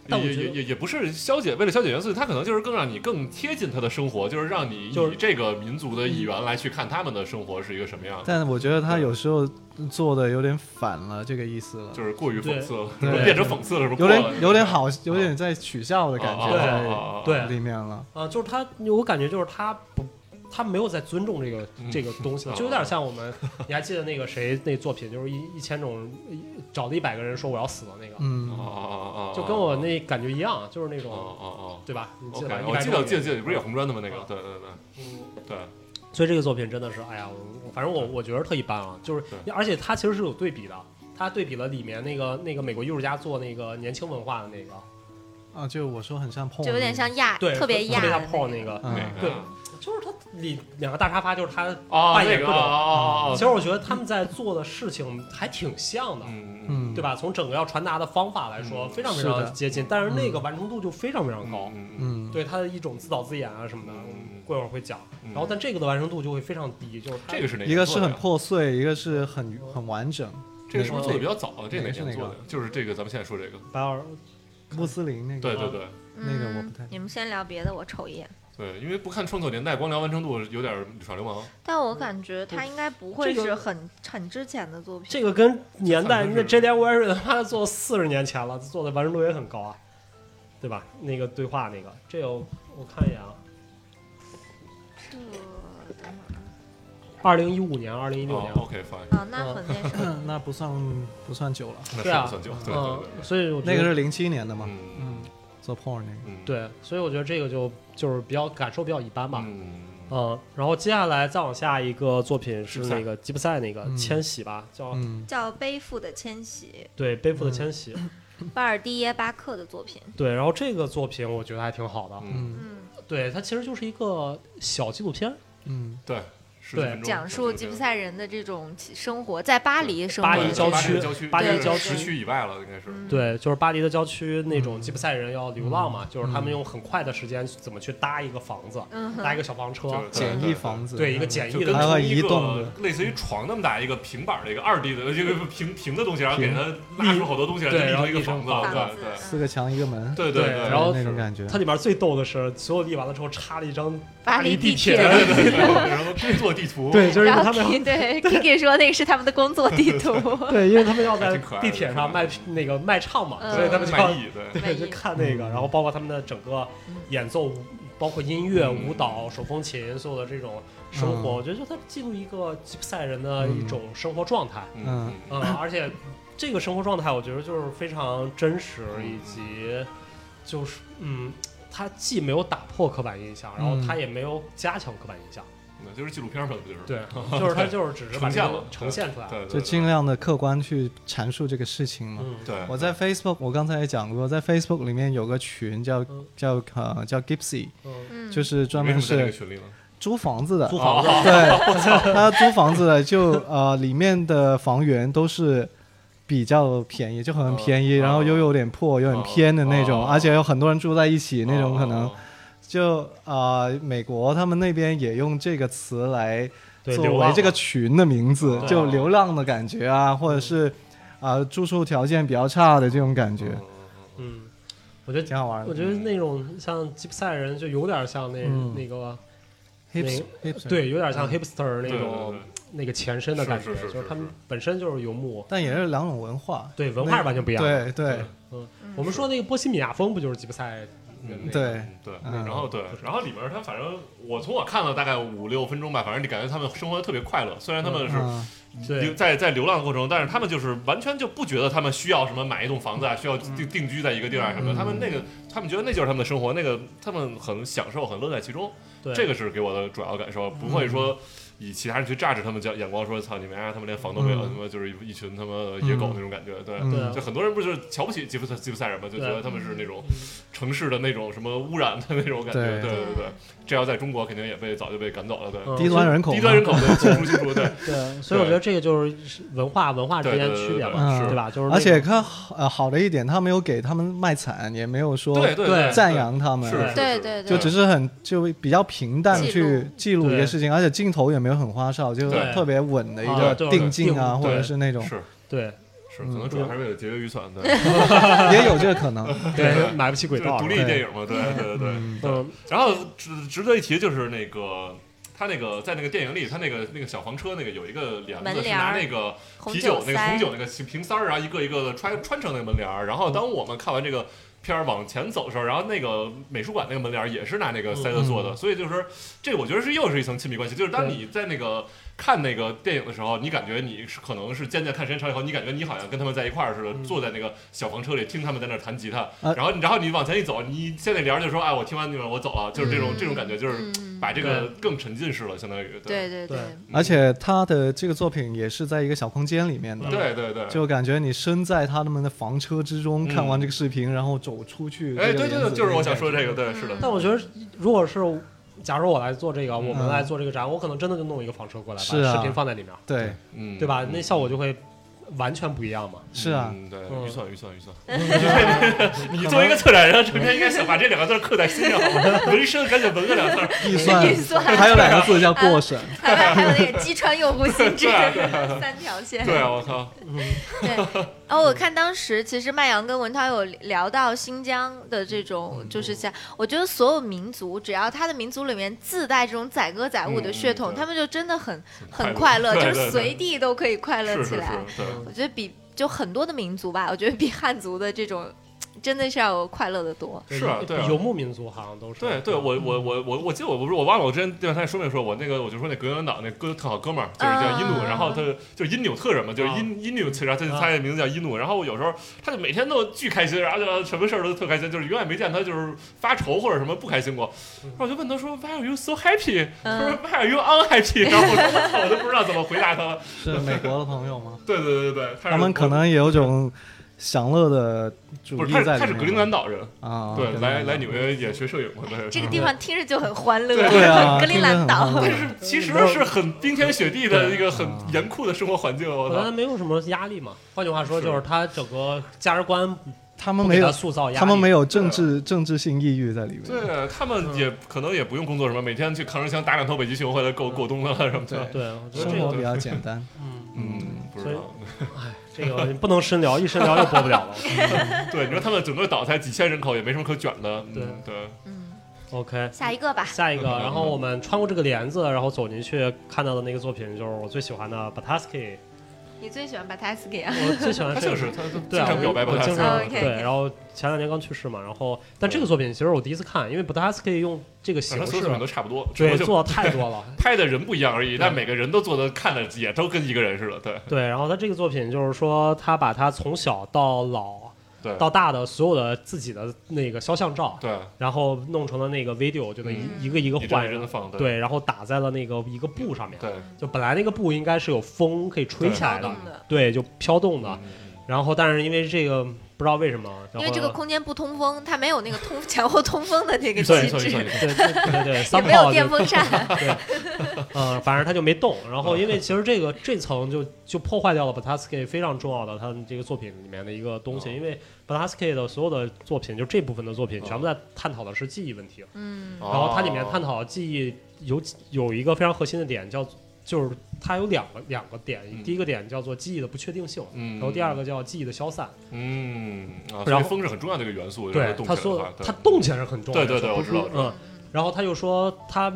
但我也觉也得，也也不是消解，为了消解元素，他可能就是更让你更贴近他的生活，就是让你就是以这个民族的语言来去看他们的生活是一个什么样，但我觉得他有时候做的有点反了这个意思了，就是过于讽刺了，对是吧变成讽刺了，是不是？有过了点有点好，有啊点在取笑的感哦哦觉哦对在里面了。啊、就是他，我感觉就是他不，他没有在尊重这个嗯这个东西了，就有点像我们，你还记得那个谁那作品，就是一一千种一找了一百个人说我要死的那个，哦嗯，哦哦，就跟我那感觉一样，就是那哦种，哦哦对吧？你记得吧100，OK，？我记得种我记得记人得，不是有红砖的吗？那个啊，对对对嗯对，所以这个作品真的是，哎呀，我反正我我觉得特一般啊，就是嗯对而且它其实是有对比的，它对比了里面那个那个美国艺术家做那个年轻文化的那个，啊，就我说很像碰，就有点像亚，嗯对，特别亚特别像的 Paul 那个，嗯哪对个？就是它里两个大沙发，就是他。哦，扮那演个不哦懂哦其哦，实我觉得他们在做的事情还挺像的，嗯嗯嗯，对？吧？从整个要传达的方法来说，嗯非常非是的常接近，但是那个完成度就非常非常高。嗯嗯嗯，对它的一种自导自演啊什么的，嗯我们过一会儿会讲。嗯然后，但这个的完成度就会非常低，就是它这个是哪一个是做的很呀破碎，一个是很很完整。这个是不是做的比那较早啊？这哪哪个是年哪做个的？就是这个咱们现在说这个，白二个穆斯林那对个？对对。那个我不嗯太嗯你们先聊别的，我瞅一眼。对，因为不看创作年代，光聊完成度有点儿耍流氓。但我感觉它应该不会这个是很很之前的作品。这个跟年代，反正那是 J D Warren 他妈的做四十年前了，做的完成度也很高啊，对吧？那个对话那个，这有我看一眼啊，这等会儿二零一五年、二零一六哦年， ，OK fine，啊，嗯那很那什么。嗯 那不算不算久了，那对是啊不算久，嗯对对对，对，所以我觉那得个是零七年的嘛，嗯嗯，做 porn 那个。嗯，对，所以我觉得这个就就是比较感受比较一般吧。嗯，嗯，然后接下来再往下一个作品是吉普赛那个吉普赛那个嗯千玺吧，叫嗯，叫《背负的迁徙对背负的千玺，》，巴尔蒂耶巴克的作品。对，然后这个作品我觉得还挺好的，嗯，嗯嗯，对，它其实就是一个小纪录片，嗯，对，十几对分钟讲述吉普赛人的这种生活，在巴黎生活。巴黎郊巴区黎郊区，巴黎这个郊市区区以外了，应该嗯是。对，就是巴黎的郊区那种嗯吉普赛人要流浪嘛，就是他们嗯用很快的时间怎么去搭一个房子，嗯搭哼，一个小房车，就是简易房子，对一个简就易跟的它出会一移动个的类似于床那么大一个平板儿的一个二 D 的，这个平平的东西，然后给平它拉出好多东西来，就对立然后成一个立成房子了，房子四个墙一个门，对对对对对，然后那种感觉。它里面最逗的是，所有立完了之后插了一张巴黎黎地铁。铁对对对，然后工作地图，对，就是因然为后他们 K 对 Kiki 说那个是他们的工作地图，对，因为他们要还在挺可爱的地铁上卖那个卖唱嘛，嗯所以他们就要卖艺，对，卖对艺就看那个，嗯然后包括他们的整个演奏，包括音乐、嗯舞蹈、手风琴，所有的这种生活，我觉得就它记录一个吉普赛人的一种生活状态，嗯，嗯，而且这个生活状态我觉得就是非常真实，嗯以及就是嗯，它既没有打破刻板印象，然后嗯它也没有加强刻板印象，那就是纪录片儿嘛，不就是？对，就是它就是只是把呈现这个了呈现出来，对，对就尽量的客观去阐述这个事情嘛。嗯， 对，我在 Facebook，我刚才也讲过，在 Facebook 里面有个群叫叫呃叫 Gipsy，嗯。 嗯，就是专为什门么在这个是群里呢？租房子的，租房子啊， 对，他租房子的就呃里面的房源都是。比较便宜，就很便宜，哦然后又有点破，有点偏的那种，哦而且有很多人住在一起那种，可能哦就啊、呃美国他们那边也用这个词来对作流为浪这个嘛群的名字对，就流浪的感觉啊，或者是啊、住宿条件比较差的这种感觉，嗯，我觉得挺好玩我的。觉得那种像吉普赛人，就有点像那、嗯那个 hips 对，有点像 hipster 那对对种对那个前身的感觉，是是是是就是他们是本身就是游牧，但也是两种文化，对文化是完全不一样的。对对，嗯，嗯我们说那个波西米亚风不就是吉普赛人那个？对对，嗯然后对，然后里面他反正我从我看了大概五六分钟吧，反正你感觉他们生活的特别快乐，虽然他们是嗯，对流在在流浪的过程中，但是他们就是完全就不觉得他们需要什么买一栋房子啊，需要定定居在一个地儿啊什么的，嗯他们那个他们觉得那就是他们的生活，那个他们很享受，很乐在其中，对，这个是给我的主要感受，不会说。以其他人去榨制他们叫眼光说操你们啊，他们连房都没有，嗯他们就是一群他妈野狗嗯那种感觉，对，嗯对啊就很多人不是瞧不起吉普赛吉普赛人嘛，就觉得他们是那种城市的那种什么污染的那种感对觉，对对对，这要在中国肯定也被早就被赶走了，对，嗯低端人口嘛，低端人口对，清除清除，对，对，所以我觉得这个就是文化文化之间的区别对对对嘛，对对吧？就是那嗯而且种看好呃好的一点，他没有给他们卖惨，也没有说对对，赞扬他们，是是是对对对就只是很就比较平淡地记去录记录一对些事情，而且镜头也没有很花哨，就对特别稳的一啊个对定镜啊，定或者是那种是对是，可能主要还是为了节约预算，对，嗯也有这个可能。对买不起轨就是道独了，立电影嘛，对对对对嗯对嗯。然后值值得一提就是那个。他那个在那个电影里，他那个那个小黄车那个有一个帘门子是帘拿儿那个红啤酒那个塞红酒那个瓶塞儿，啊然后一个一个的穿穿成那个门帘儿。然后当我们看完这个片儿往前走的时候，然后那个美术馆那个门帘儿也是拿那个塞子做的，所以就是这我觉得是又是一层亲密关系。就是当对你在那个看那个电影的时候，你感觉你是可能是渐渐看时间长以后，你感觉你好像跟他们在一块儿似的，嗯坐在那个小黄车里听他们在那儿弹吉他，啊然后然后你往前一走，你现在帘儿就说哎我听完你们我走了，就是这种、这种感觉，就是嗯，把这个更沉浸式了，相当于对对对对，而且他的这个作品也是在一个小空间里面的，对对对。就感觉你身在他们的房车之中，嗯看完这个视频，然后走出去。哎，这个对对帘对，子就是那我个想感说觉这个，对，是的，但我觉得，如果是假如我来做这个，我们嗯来做这个展，我可能真的就弄一个房车过来，是啊把视频放在里面，对，嗯，对吧？嗯那效果就会完全不一样嘛。是啊，嗯，对，嗯预算预算 预 算。你你作为一个策展人，成天应该想把这两个字儿刻在 心上，纹身赶紧纹个两字儿。预 算预算还有两个字叫过审，还有还有那个击穿用户心智对啊 对三条哎线。对，我靠，然后我看当时其实麦阳跟文涛有聊到新疆的这嗯种，就是像我觉得所有民族只要他的民族里面自带这种载歌载舞的血嗯嗯统，对他们就真的很很很快快乐，乐就对对是对随地都可以快乐是起是是来。，对。嗯我觉得比就很多的民族吧，我觉得比汉族的这种真的是要快乐的多。是啊对啊游牧民族好像都是。对对，我我我我我记得我不是我忘了，我之前电台说没说，我那个我就说那格陵兰岛那哥特好哥们儿就是叫伊努，啊然后他就是因纽特人嘛，就是啊因因纽特，然后他啊他的名字叫伊努，然后我有时候他就每天都巨开心，然后就什么事儿都特开心，就是永远没见他就是发愁或者什么不开心过，嗯然后我就问他说 Why are you so happy？他嗯，说 Why are you unhappy？然后我说我 操，我都不知道怎么回答他了。是美国的朋友吗？对对对对对， 他是他们可能也有种享乐的主不义是在他里是面。他是格陵兰岛人，啊，对，格陵来兰岛来纽约也学摄影嘛，对。这个地方听着就很欢乐，对 啊，格陵兰岛听着很欢乐但嗯是其实是很冰天雪地的一个很严酷的生活环境，我本来操！没有什么压力嘛。换句话说，是就是他整个价值观他们不没给他有，塑造压力，他们没有政治政治性抑郁在里面。啊对啊他嗯们也可能也不用工作什么，每天去扛着箱打两头北极熊回来够够冬了什么的。嗯对，我觉得生这活个，比较简 单。嗯，嗯，不知道。哎，这个不能深聊，一深聊又播不了了。对，你说他们整个岛才几千人口，也没什么可卷的。嗯对，嗯， OK，下一个吧。下一个，然后我们穿过这个帘子，然后走进去看到的那个作品就是我最喜欢的 Bataski，你最喜欢把 t a s k 啊？我最喜欢他这就个是他他对经啊，常表白我不我太经行。常哦，OK，OK 对，然后前两年刚去世嘛，然后但这个作品其实我第一次看，因为 Bataski 用这个反形正所式有作品都差不多，只不对过就做的太多了，拍的人不一样而已，但每个人都做的看的也都跟一个人似的。对 对，然后他这个作品就是说，他把他从小到老对到大的所有的自己的那个肖像照，对，啊然后弄成了那个 video，就那一嗯一个一个一换帧一帧的放。对，然后打在了那个一个布上面，对，就本来那个布应该是有风可以吹起来跳的动，嗯的，对，就飘动的，嗯然后但是因为这个不知道为什么，然后因为这个空间不通风，它没有那个通 前后通风的这个预算机预算预算制，预算，对对对 对，也三没有炮就电风扇。呃，反正他就没动。然后因为其实这个这层就就破坏掉了 Bataski 非常重要的他这个作品里面的一个东西，哦因为 Bataski 的所有的作品，就这部分的作品，哦全部在探讨的是记忆问题。嗯哦然后它里面探讨记忆有几有一个非常核心的点，叫就是它有两个两个点嗯，第一个点叫做记忆的不确定性。嗯，然后第二个叫记忆的消散，嗯，啊，所然以后风是很重要的一个元素，对动它起来所的有话，它动起来是很重要对的，对对，我知道，我知道嗯，然后他就说，他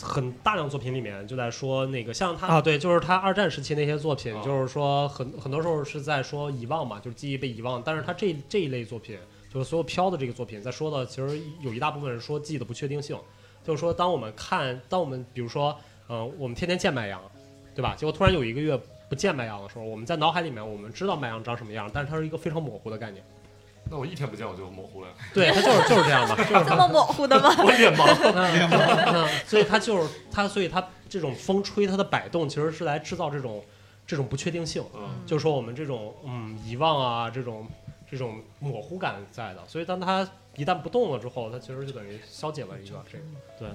很大量作品里面就在说那个，像他啊，对，就是他二战时期那些作品，啊就是说很很多时候是在说遗忘嘛，就是记忆被遗忘。但是他这这一类作品，就是所有飘的这个作品，在说的其实有一大部分是说记忆的不确定性，就是说当我们看，当我们比如说，嗯、我们天天见麦阳，对吧？结果突然有一个月不见麦阳的时候，我们在脑海里面我们知道麦阳长什么样，但是它是一个非常模糊的概念。那我一天不见我就模糊了，对，它就是就是这样的， 就是这么模糊的吗？ 我脸盲。嗯嗯， 所以它就是它，所以它这种风吹它的摆动，其实是来制造这种这种不确定性，嗯，就是说我们这种嗯遗忘啊，这种这种模糊感在的。所以当它一旦不动了之后，它其实就等于消解了一个这个，对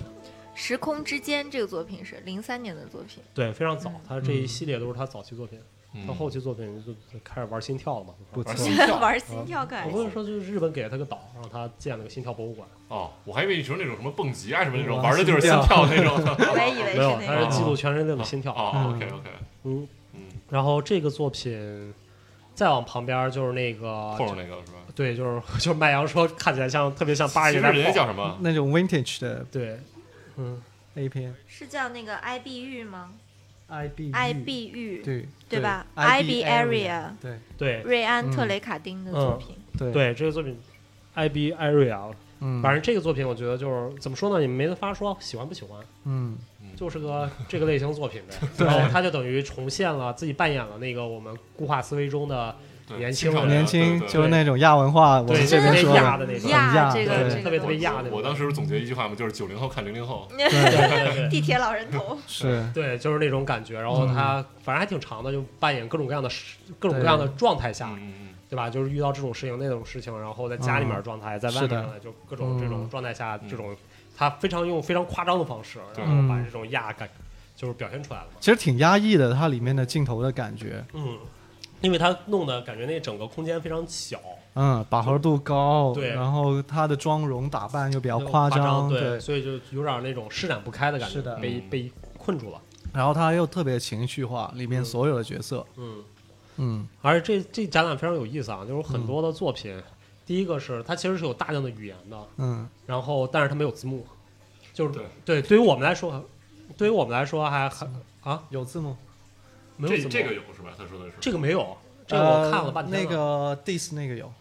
时空之间这个作品是零三年的作品，对，非常早嗯，它这一系列都是他早期作品，嗯他后期作品就就开始玩心跳了嘛。不玩错心 跳玩心跳感嗯我。嗯跟你说，就是日本给了他个岛，让他建了个心跳博物馆。 哦，我还以为你说那种什么蹦极啊什么那种，哇玩的就是心跳那种。我也以为没有，是那他个是记录全人类的心跳。哦，OK OK，啊嗯，嗯，然后这个作品再往旁边就是那个，碰上那个是吧？对，就是 就是麦阳说看起来像特别像八十其年实代人家跑，叫什么？那种 vintage 的对，嗯， A 片是叫那个 IB 域吗 I B E ？IB 域对对吧对？IB area Area，对对瑞安嗯特雷卡丁的作品。对，对，这个作品。I B Area，嗯，反正这个作品我觉得就是怎么说呢，你没得法说喜欢不喜欢，嗯就是个这个类型作品 呗。然后他就等于重现了自己扮演了那个我们固化思维中的对年轻青少年年啊轻对对就是那种亚文化，我对们这特边别说亚的，的那种，亚亚这个对这个特别特别亚的那我种。当时总结一句话嘛，就是九零后看零零嗯后。嗯对对对地铁老人 头，是对，就是那种感觉。然后他嗯反正还挺长的，就扮演各种各样的事，各种各样的状态下，嗯对吧？就是遇到这种事情、那种事情，然后在家里面的状态，在外面嗯是的就各种这种嗯状态下，嗯这种他非常用非常夸张的方式，对然后把这种压感就是表现出来了嘛。其实挺压抑的，它里面的镜头的感觉，嗯，因为他弄的感觉那整个空间非常小，嗯，饱和度高，对然后它的妆容打扮又比较那种夸张，对，所以就有点那种施展不开的感觉，是的被嗯被困住了。然后它又特别情绪化，里面嗯所有的角色，嗯。嗯而且这这展览非常有意思啊，就是有很多的作品，第一个是它其实是有大量的语言的，嗯，然后但是它没有字幕，就是对对对于我们来说，对于我们来说还还啊有字幕，没嗯，有这字幕，这个有是吧？他说的是这个没有，这个我看了半天呃呃那了。个 dis 那个有，啊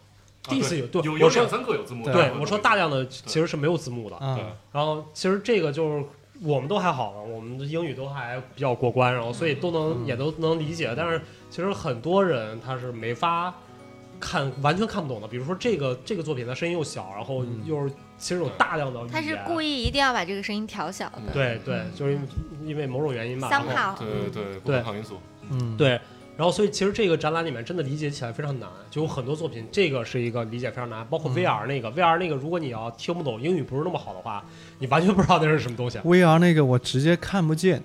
第四有对有我有说两三个有字幕。对我说大量的其实是没有字幕的，嗯，然后其实这个就是我们都还好嘛，我们的英语都还比较过关，然后所以都能、嗯也都能理解。但是其实很多人他是没法看完全看不懂的，比如说这个这个作品，它声音又小，然后嗯又是其实有大量的语言，他是故意意一定要把这个声音调小的。对对，嗯就是因为因为某种原因吧。然后三号对对不可抗因素。嗯，对，然后所以其实这个展览里面真的理解起来非常难，就有很多作品，这个是一个理解非常难，包括嗯 VR 那个、VR 那个，如果你要听不懂英语不是那么好的话，你完全不知道那是什么东西啊 VR 那个我直接看不见，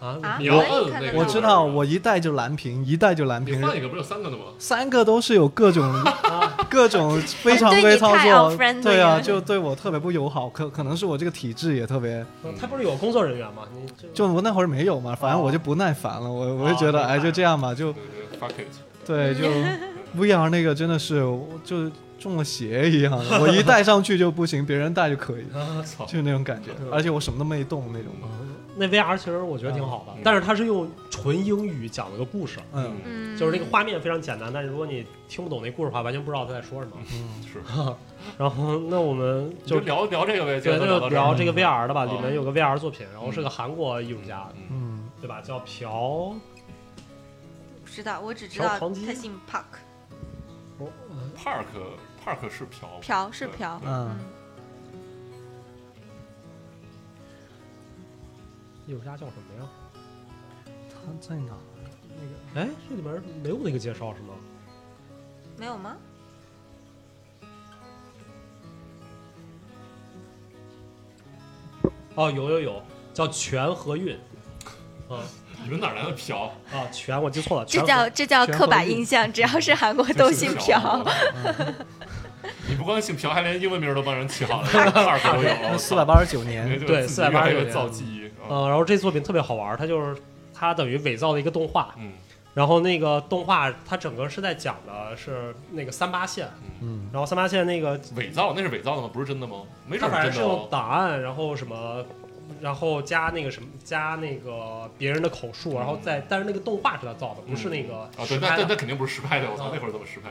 啊，你可要以摁看得那到个我知道，我一带就蓝屏，一带就蓝你屏，换一个不是有三个的吗？三个都是有各种、 各种非常规操啊对你作太 unfriendly，对啊，了就对我特别不友好。可可能是我这个体质也特别，嗯他不是有工作人员吗？你这个就我那会儿没有嘛，反正我就不耐烦了，我我就觉得、哦哎就这样吧，就对对，fuck it。对 就 VR 那个真的是我就中了邪 一样，我一戴上去就不行，别人戴就可以，啊操，就那种感觉，而且我什么都没动那种。那 VR 其实我觉得挺好的嗯，但是它是用纯英语讲了个故事，嗯，嗯，就是那个画面非常简单，但是如果你听不懂那故事的话，完全不知道他在说什么。嗯是， 然后那我们就就聊聊这个呗，对，就那就聊这个 VR 的吧，嗯里面有个 VR 作品，然后是个韩国艺术家，嗯，嗯，对吧？叫朴，不知道，我只知朴道黄金他姓 Park，呃 Park Park 是嫖朴是朴。嗯，艺术家叫什么呀？他在哪？哎，这里面没有那个介绍是吗？没有吗？哦，有有有，叫全和韵。啊你们哪来的嫖？啊，全我记错了，这全和叫这叫全刻板黄金印象，只要是韩国 都姓朴。。啊哦嗯你不光姓朴，还连英文名都帮人起 好了，Park 都有那了。哎四百八十九年，对489造记忆。啊呃嗯，然后这作品特别好玩儿，它就是它等于伪造了一个动画，嗯，然后那个动画它整个是在讲的是那个三八线，嗯，然后三八线那个嗯伪造那是伪造的吗？不是真的吗？没它准反正真是的用哦。档案，然后什么，然后加那个什么，加那个别人的口述，然后再，但是那个动画是他造的，不嗯哦是那个啊，对，实那拍那那的。肯定不是实拍的，我操啊，那会儿怎么实拍？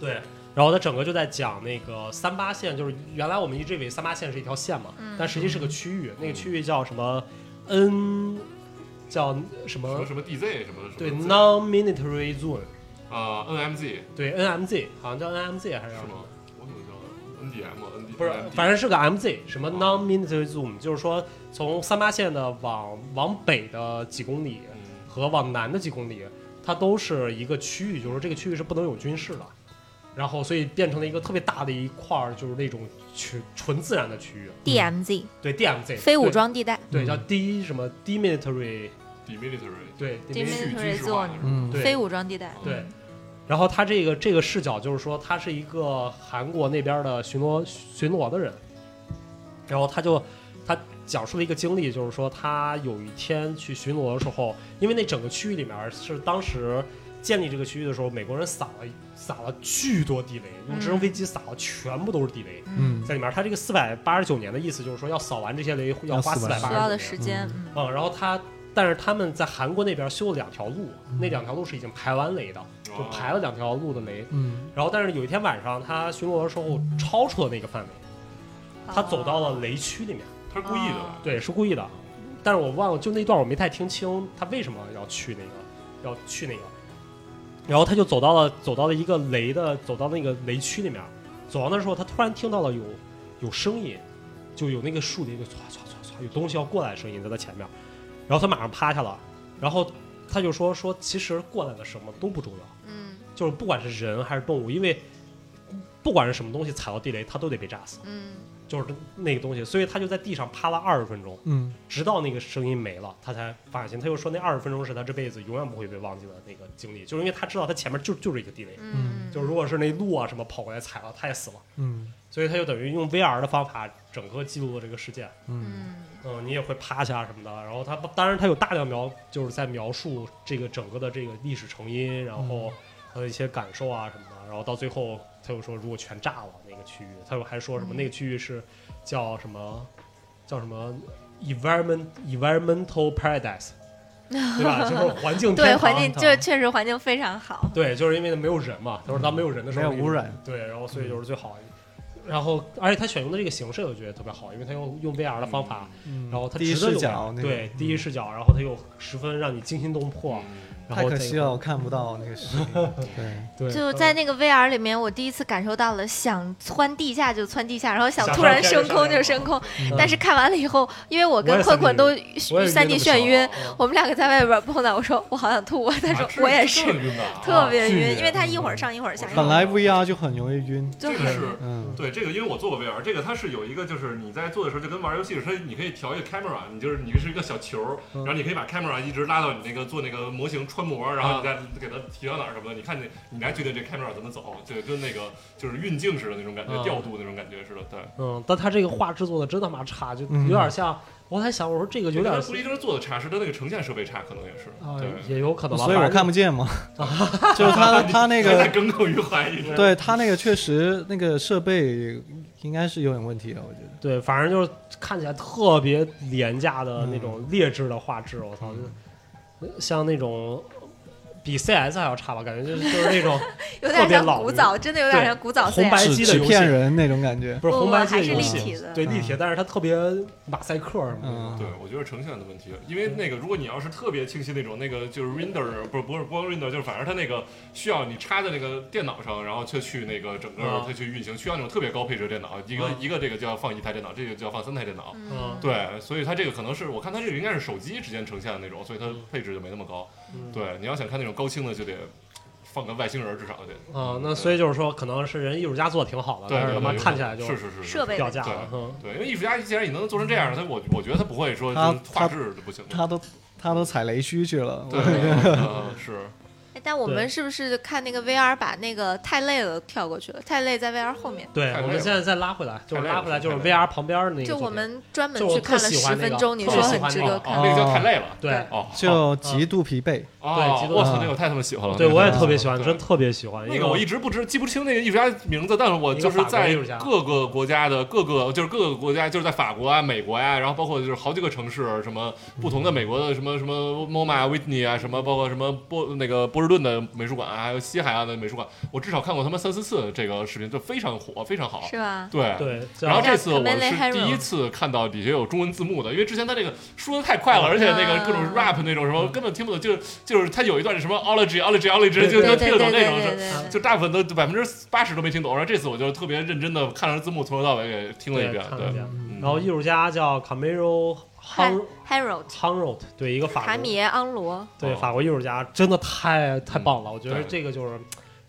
对，然后它整个就在讲那个三八线，就是原来我们一直以为三八线是一条线嘛，嗯嗯但实际是个区域，那个区域叫什么 N，叫什什么么？什么 DZ 什么什么对 Z ，non-military zone，啊 NMZ 对 NMZ，好像叫 NMZ 还是是什么？吗？我怎么叫的 NDM ND 不是，反正是个 MZ，什么 non-military zone，就是说从三八线的往往北的几公里嗯和往南的几公里，它都是一个区域，就是说这个区域是不能有军事的，然后所以变成了一个特别大的一块儿，就是那种纯纯自然的区域， DMZ 对 DMZ 非武装地带，对，对叫 D 什么 D military， demilitary Demil- 对 demilitary- 去军事化那种嗯对非武装地带，对，然后他这个这个视角就是说，他是一个韩国那边的巡逻巡逻的人，然后他就他讲述了一个经历，就是说他有一天去巡逻的时候，因为那整个区域里面是当时建立这个区域的时候，美国人撒了撒了巨多地雷，用直升飞机撒了全部都是地雷。嗯在里面，他这个四百八十九年的意思就是说，要扫完这些雷要花要四百489需八十要的年。时间，嗯嗯，然后他，但是他们在韩国那边修了两条路，那两条路是已经排完雷的，就排了两条路的雷。嗯然后，但是有一天晚上，他巡逻的时候超出了那个范围，嗯啊他走到了雷区里面，他是故意哦的吧？对，是故意的。但是我忘了，就那段我没太听清他为什么要去那个，要去那个。然后他就走到了走到了一个雷的，走到那个雷区里面，走到那时候，他突然听到了有有声音，就有那个树林就唰唰唰唰有东西要过来的声音在他前面，然后他马上趴下了，然后他就说说其实过来的什么都不重要。嗯就是不管是人还是动物，因为不管是什么东西踩到地雷，它都得被炸死，嗯，就是那个东西。所以他就在地上趴了二十分钟，嗯直到那个声音没了，他才发现。他又说那二十分钟是他这辈子永远不会被忘记的那个经历，就是因为他知道他前面就就是一个地雷，嗯，就是如果是那鹿啊什么跑过来踩了，他也死了。嗯所以他就等于用 VR 的方法整个记录了这个事件。嗯嗯嗯，你也会趴下什么的。然后他当然他有大量描，就是在描述这个整个的这个历史成因，然后嗯他的一些感受啊什么的。然后到最后他又说，如果全炸了那个区域，他又还说嗯什么那个区域是叫什么叫什么 environment environmental paradise，对吧？就是环境对，天环堂。境就是确实环境非常好，对，就是因为没有人嘛。他说当没有人的时候，没有污染。嗯对，然后所以就是最好。然后，而且他选用的这个形式，我觉得特别好，因为他用用 VR 的方法，嗯，然后他第一值得视有角人那个对嗯第一视角，然后他又十分让你惊心动嗯魄，然太后可再惜了，我看不到那个视频。对，对，嗯就在那个 VR 里面，我第一次感受到了想窜地下就窜地下，然后想想突上然天升就上空天就升空。啊嗯但是看完了以后，因为我我跟也坤三 D 坤都我也是三 D 眩晕，嗯我们两个在外边碰到，我说我好想吐，啊啊他说我也是，啊特别巨晕，晕因为他一会嗯儿上一会儿下，我然本后来 VR 就很容易晕。就这很个是嗯，对这个，因为我做过 VR，这个它是有一个，就是你在做的时候就跟玩游戏似的，它你可以调一个 camera，你就是你是一个小球，然后你可以把 camera 一直拉到你那个做那个模型穿模，然后你再啊给它提到哪儿什么的，你看你你来决定这 camera 怎么走，就跟那个就是运镜似的那种感觉，啊调度那种感觉似的，对。嗯，但他这个画制作的真他妈差，就嗯有点像，我还想我说这个有我觉点得不一定是做的差，是它那个呈现设备差，可能也是。啊对，，也有可能吧，所以我反正看不见嘛。就是他他那还在个，耿耿于怀一直。对他那个确实那个设备应该是有点问题的，我觉得。对，反正就是看起来特别廉价的那嗯种劣质的画质，我操，就像那种比 CS 还要差吧，感觉就是就 是那种有特点别像老古的早，真的有点对像古早红 CM 白纸机的纸游戏骗人那种感觉。不是不红不白机还的是游立戏体的对立体，但是它特别马赛克什么的那种。嗯对，我觉得是呈现的问题，因为那个如果你要是特别清晰那种，那个就是 render 不是不是光 render，就是反正它那个需要你插在那个电脑上，然后去去那个整个啊它去运行，需要那种特别高配置的电脑，一个啊一个这个就要放一台电脑，这个就要放三台电脑。嗯对，所以它这个可能是我看它这个应该是手机之间呈现的那种，所以它配置就没那么高。嗯对，你要想看那种高清的，就得放个外星人至少得。啊、那所以就是说，可能是人艺术家做的挺好的，对，但对是他妈对看起来就是是是是设备掉的价了。对嗯，对，因为艺术家既然你能做成这样，他我我觉得他不会说他就是画质不行的。 他都他都踩雷区去了。对，我嗯是，哎但我们是不是看那个 VR 把那个太累了跳过去了？太累在 VR 后面，对太累，了我们现在再拉回来，就是太累了拉回来，就是太累了 VR 旁边那个就作品。我们专门就我去看特了喜十欢那分个钟，你特说喜很欢值那得个看。哦那个叫太累了。对哦，就极度疲惫。对哦极，度啊我操，那个我太他妈喜欢了。对，那个我也太特别喜欢，对真特别喜欢。那个我一直不知记不清那个艺术家名字，但是我一个就是法国在艺术家各个国家的各个就是各个国家，就是在法国啊、美国呀、然后包括就是好几个城市，什么不同的美国的什么什么 MoMA 啊、Whitney 啊，什么包括什么波那个波士顿的美术馆啊，还有西海岸的美术馆，我至少看过他们三四次这个视频，就非常火，非常好。是吧？对。对，然后叫这次我是第一次看到底下有中文字幕的，因为之前他这个说的太快了，而且那个各种 rap 那种什么根本听不懂，就是就是他有一段是什么 ology ology ology，就对能听对对得懂对那种，对对是对，就大部分都百分之八十都没听懂，然后这次我就特别认真的看了字幕，从头到尾给听了一对遍，看了一对，遍。嗯然后艺术家叫 Camilo Han Harold Hanrot，对，一个法海国米耶昂罗，对哦法国艺术家，真的太太嗯棒了。我觉得对这个就是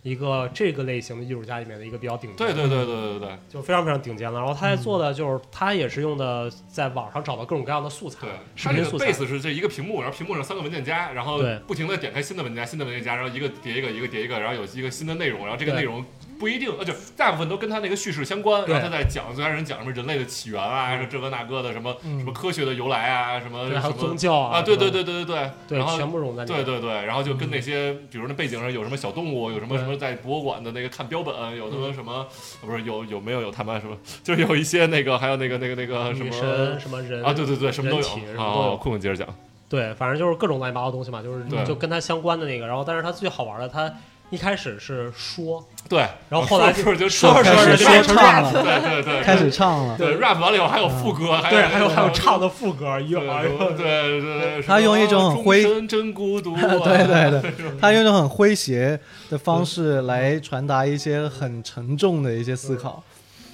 一个这个类型的艺术家里面的一个比较顶尖，对对对对对对就非常非常顶尖了。然后他在做的就是他也是用的在网上找到各种各样的素材对，，视它这频个素材 base 是这一个屏幕，然后屏幕上三个文件夹，然后对不停的点开新的文件夹、新的文件夹，然后一个叠一个，一个叠一个，然后有一个新的内容，然后这个对内容。不一定，呃，就大部分都跟他那个叙事相关。对然后他在讲，最开始讲什么人类的起源啊，这这个那个的，什么嗯什么科学的由来啊，什么对，还什有嗯宗么教啊，对对对对对对。对然后对，全部嗯融在里对面。对对，然后就跟那些，比如那背景上有什么小动物，有什么对什么在博物馆的那个看标本，有什嗯么什么，不是有有没有有他们什么，就是有一些那个，还有那个那个那个什女么神什么人啊，对对对，什么都人有体什么都有啊。困困接着讲，对，反正就是各种乱七八糟的东西嘛，就是对就跟他相关的那个。然后，但是他最好玩的，他一开始是说，对，然后后来就是就说哦说着着说着 就开始说着就说变成变成唱对了，对对，开始唱了。对 rap 完了以后还有副歌，还有对，还有还有唱的。的副歌，哎一对会儿对对对，他用一种很诙什么终身真 孤独啊，对对 对，他用一种很诙谐的方式来传达一些很沉重的一些思考。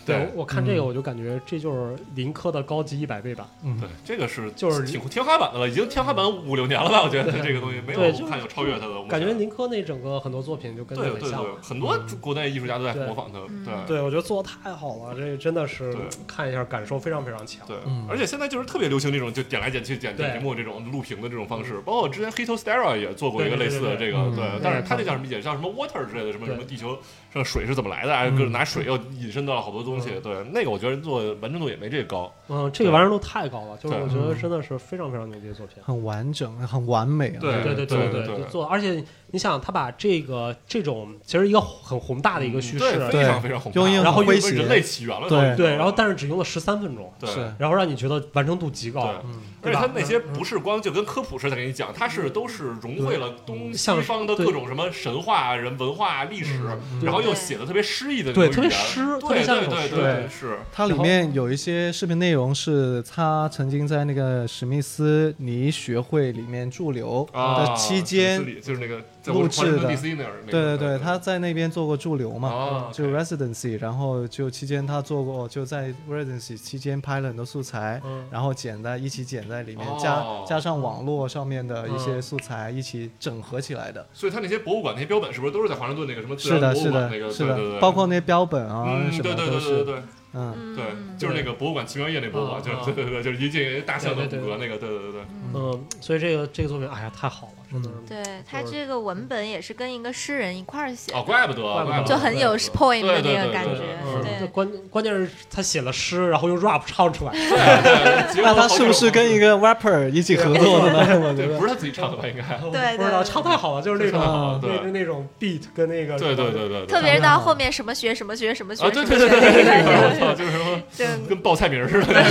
对我我看这个我就感觉这就是林科的高级一百倍版。嗯对，这个是就是挺天花板的了，已经天花板五六年了吧？我觉得这个东西没对有就是看有超越它的，我感觉想林科那整个很多作品就跟他对很对像嗯对，。很多国内艺术家都在对模仿他，对。对，我觉得做的太好了，这真的是对看一下感受非常非常强。对嗯，而且现在就是特别流行这种就点来点去点点对屏幕这种录屏的这种方式，包括之前 Hito Stera 也做过一个对对类似的对对这对个，对嗯，但是对他那叫什么也叫什么 water 之类的，什么对什么地球上水是怎么来的啊，各种拿水又引申到了好多东西，嗯对，那个我觉得做完成度也没这个高，嗯，这个完成度太高了，就是对我觉得真的是非常非常牛逼的作品。很完整，很完美啊！对对对对对对就做，而且你想，他把这个这种其实一个很宏大的一个叙事，嗯对，对非常非常宏大，用一个然后很又诙谐人类起源了都已对经，对，然后但是只用了十三分钟，对是然后让你觉得完成度极高对。嗯而对且吧他那些不是光就跟科普似的给你讲，它是都是融汇了东西像是方的对各种什么神话啊、人文化啊、历史，嗯对然后又写的特别诗意的那对种特别语言诗对特别像一对首诗对对对是，它里面有一些视频内容是他曾经在那个史密斯尼学会里面驻留啊的期史密斯间，里就是那个录制的 DC 那儿那个，对对对，他在那边做过驻留嘛，啊，就 residency，然后就期间他做过，就在 residency 期间拍了很多素材，嗯，然后剪在一起剪在里面，哦加加上网络上面的一些素材一起整合起来的。所以他那些博物馆那些标本是不是都是在华盛顿那个什么自是然的，博是物馆那个的，是对对的，对包括那标本啊嗯什对么对都对对对是，对嗯。对嗯，就是那个博物馆奇妙夜那博物馆，嗯就是嗯对对对，就是一进大象的骨对对对啊骼那个，对对对对，嗯，所以这个这个作品，哎呀，太好了，真嗯的是。对他就是这个文本也是跟一个诗人一块儿写哦，，怪不得，怪不得怪不得就很有 poem 的对对那对个感对觉对嗯，对那关关键是他写了诗，然后用 rap 唱出来，对对对那他是不是跟一个 rapper 一起合 作的呢？我觉对，得不是他自己唱的吧？哦应该。不对知道唱太好了，就是那种啊对那那种 beat 跟那个对对对对对，特别是到后面什么学什么学什么学啊，什对么对学对对那对一对，段我操，就是什么就跟报菜名似的。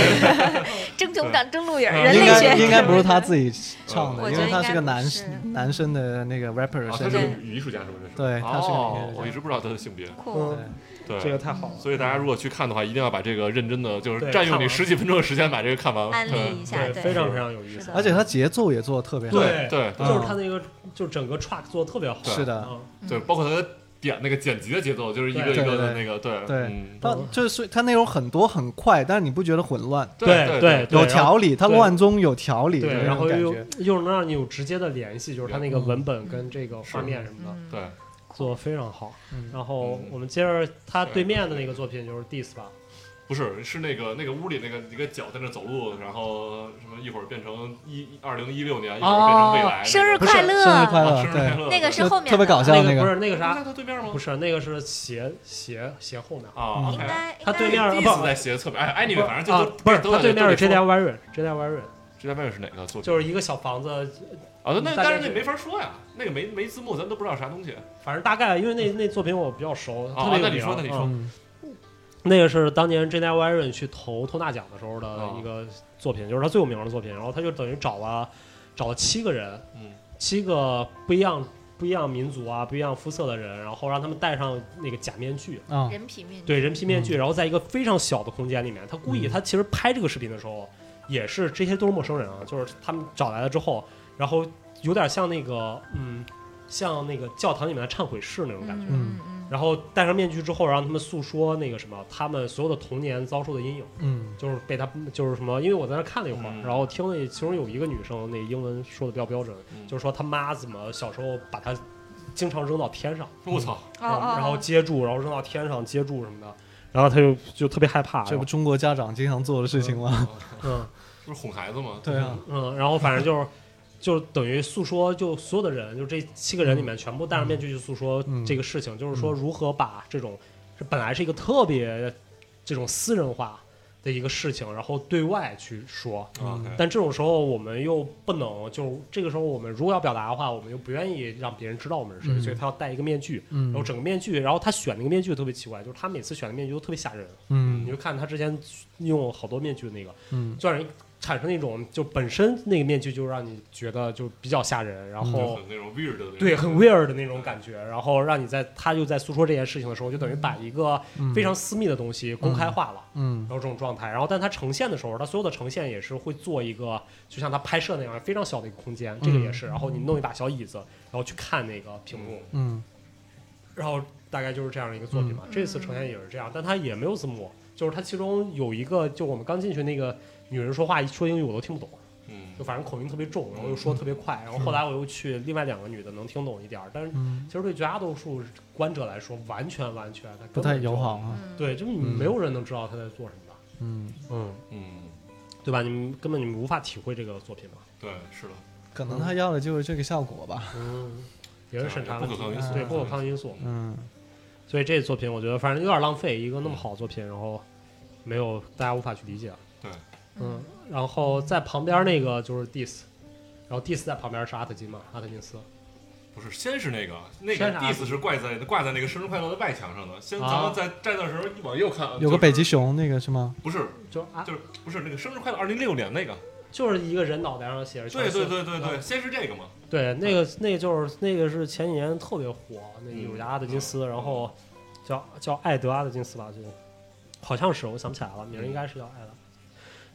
争穷党争路眼，嗯人应类该学应该不是他自己唱我觉的，因得为他是个应该男不是男生的那个 rapper 啊，嗯他声是个音。女艺术家是不是？对他是个女艺哦术，家我一直不知道他的性别。酷嗯对，这个对，太好了。所以大家如果去看的话，一定要把这个认真的，就是对占看用你完十几分钟的时间把这个看完。嗯安利一对下，非常非常有意是思的。而且他节奏也做的特别好。对对嗯就是他那个，就整个 track 做的特别好。是的嗯，对，包括他点那个剪辑的节奏，就是一个对一个的对那个，对对嗯但就是他内容很多很快，但是你不觉得混乱？对对对有条理，他对乱中有条理，对，那然种后感又觉。嗯又能让你有直接的联系，就是它那个文本跟这个画面什么的嗯对，做的非常好嗯。然后嗯我们接着他对面的那个作品就是 Dis 吧，不是，是那个那个屋里那个一个脚在那走路，然后什么一会儿变成一二零一六年，一会儿变成未来那个。生日不是快乐生日快啊乐，生日快对，乐那个是就后面特的别搞笑啊那那个不个，是那个不是啥，在他对面吗不？是那个是斜斜斜后面，啊，应该他对面第一次在斜侧面，哎哎，你们反正啊就都不是都他对面是 J D 家 Warren J D Warren，这家外面是哪个作品？就是一个小房子，啊，那大概但是那是没法说呀，那个没没字幕，咱们都不知道啥东西。反正大概因为那那作品我比较熟，啊特别有那你名说那你说嗯嗯那个是当年 J.D. Warren 去投托纳奖的时候的一个作品，就是他最有名的作品。然后他就等于找了找了七个人，嗯，七个不一样不一样民族啊、不一样肤色的人，然后让他们戴上那个假面具，啊，人皮面具，对人皮面具，然后在一个非常小的空间里面，他故意他其实拍这个视频的时候，也是这些都是陌生人啊，就是他们找来了之后，然后有点像那个嗯，像那个教堂里面的忏悔室那种感觉。嗯嗯然后戴上面具之后，让他们诉说那个什么，他们所有的童年遭受的阴影，嗯就是被他就是什么，因为我在那看了一会儿，嗯然后听了其中有一个女生，那英文说的比较标准，嗯就是说她妈怎么小时候把她经常扔到天上，我操，嗯，哦哦，然后接住，然后扔到天上接住什么的，然后她就就特别害怕，这然不后中国家长经常做的事情吗？嗯不是哄孩子吗？对啊，嗯，然后反正就是。就等于诉说，就所有的人，就这七个人里面，全部戴上面具去诉说嗯这个事情，就是说如何把这种，这本来是一个特别这种私人化的一个事情，然后对外去说，嗯啊，嗯但这种时候我们又不能，就这个时候我们如果要表达的话，我们又不愿意让别人知道我们是谁，嗯所以他要戴一个面具，嗯然后整个面具，然后他选那个面具特别奇怪，就是他每次选的面具都特别吓人，你嗯就看他之前用好多面具那个，嗯就让人产生一种就本身那个面具就让你觉得就比较吓人，然就嗯后很那种 weird 的那种，对很 weird 的那种感觉，然后让你在他又在诉说这件事情的时候，就等于把一个嗯，非常私密的东西公开化了。嗯然后这种状态，然后但它呈现的时候，它所有的呈现也是会做一个，就像它拍摄那样非常小的一个空间，这个也是。然后你弄一把小椅子，然后去看那个屏幕，嗯然后大概就是这样的一个作品吧。这次呈现也是这样，但它也没有字幕，就是它其中有一个，就我们刚进去那个女人说话一说英语我都听不懂，嗯就，反正口音特别重，然后又说特别快，然后后来我又去另外两个女的能听懂一点儿，但是嗯，嗯其实对绝大多数观者来说，完全完全它根不太本就友好，嗯啊，对，就没有人能知道他在做什么。嗯，嗯，嗯，对吧？你们根本你们无法体会这个作品嘛。对，是的，可能他要的就是这个效果吧，嗯，也是审查不问可题，抗因素，对不可抗因素。嗯所以这作品我觉得反正有点浪费，一个那么好的作品，然后没有大家无法去理解。对，嗯，然后在旁边那个就是 Dis，然后 Dis 在旁边是阿特金嘛，阿特金斯。不是，先是那个那先个是啥 diss 是挂在挂在那个生日快乐的外墙上的。先啊咱们在站的时候一往右看，嗯有个北北极熊那个是吗？不是就是啊，就是不是那个生日快乐二零六年那个？就是一个人脑袋上写着乔对伊斯对对对对，先是这个嘛。对，那个那个就是那个是前几年特别火，那嗯艺术家阿德金斯，然后叫叫艾德阿德金斯吧，就好像是，我想不起来了，名儿应该是叫艾德。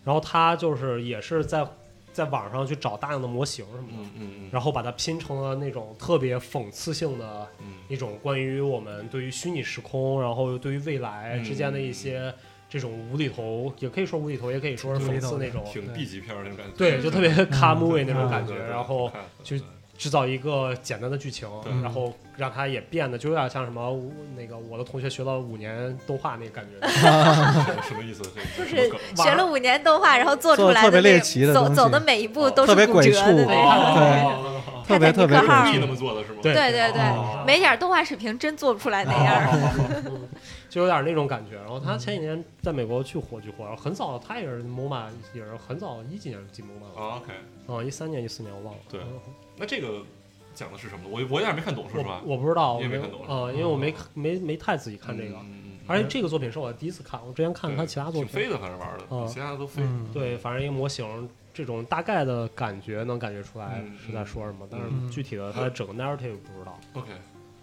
然后他就是也是在在网上去找大量的模型什么的，嗯嗯嗯然后把它拼成了那种特别讽刺性的嗯一种关于我们对于虚拟时空，然后对于未来之间的嗯一些这种无厘头，也可以说无厘头，也可以说是讽刺那种嗯，，挺 B 级片儿那种感觉。对，就特别卡对木那种感觉，嗯对对对然后。看就对制造一个简单的剧情对，然后让它也变得就有点像什么我那个我的同学学了五年动画那 个感觉，对 什么 意思？就就是学了五年动画，然后做做出来特别那个猎奇的走东走西哦的每一步都特是别骨鬼折的畜那种。哦，特别特别泰坦尼克号鬼故意那畜，么做的是吗？对对对哦对，没点儿动画水平真做不出来那样儿。嗯 就有点那种感觉。然后他前几年在美国去火去火，然后很早他也是 MoMA，也是很早一几年就进 MoMA 了，啊，OK，啊，一三年一四年我忘了。对嗯那这个讲的是什么呢？我我有点没看懂，说实话我。我不知道，你也没我看懂是吧啊，因为我没看没没太仔细看这个，嗯，而且这个作品是我第一次看，我之前看他其他作挺品，飞的，反正玩的，嗯其他的都飞。嗯，对，反正一个模型，这种大概的感觉能感觉出来嗯是在说什么，但嗯是具体的它的整个 narrative 不知道。 OK，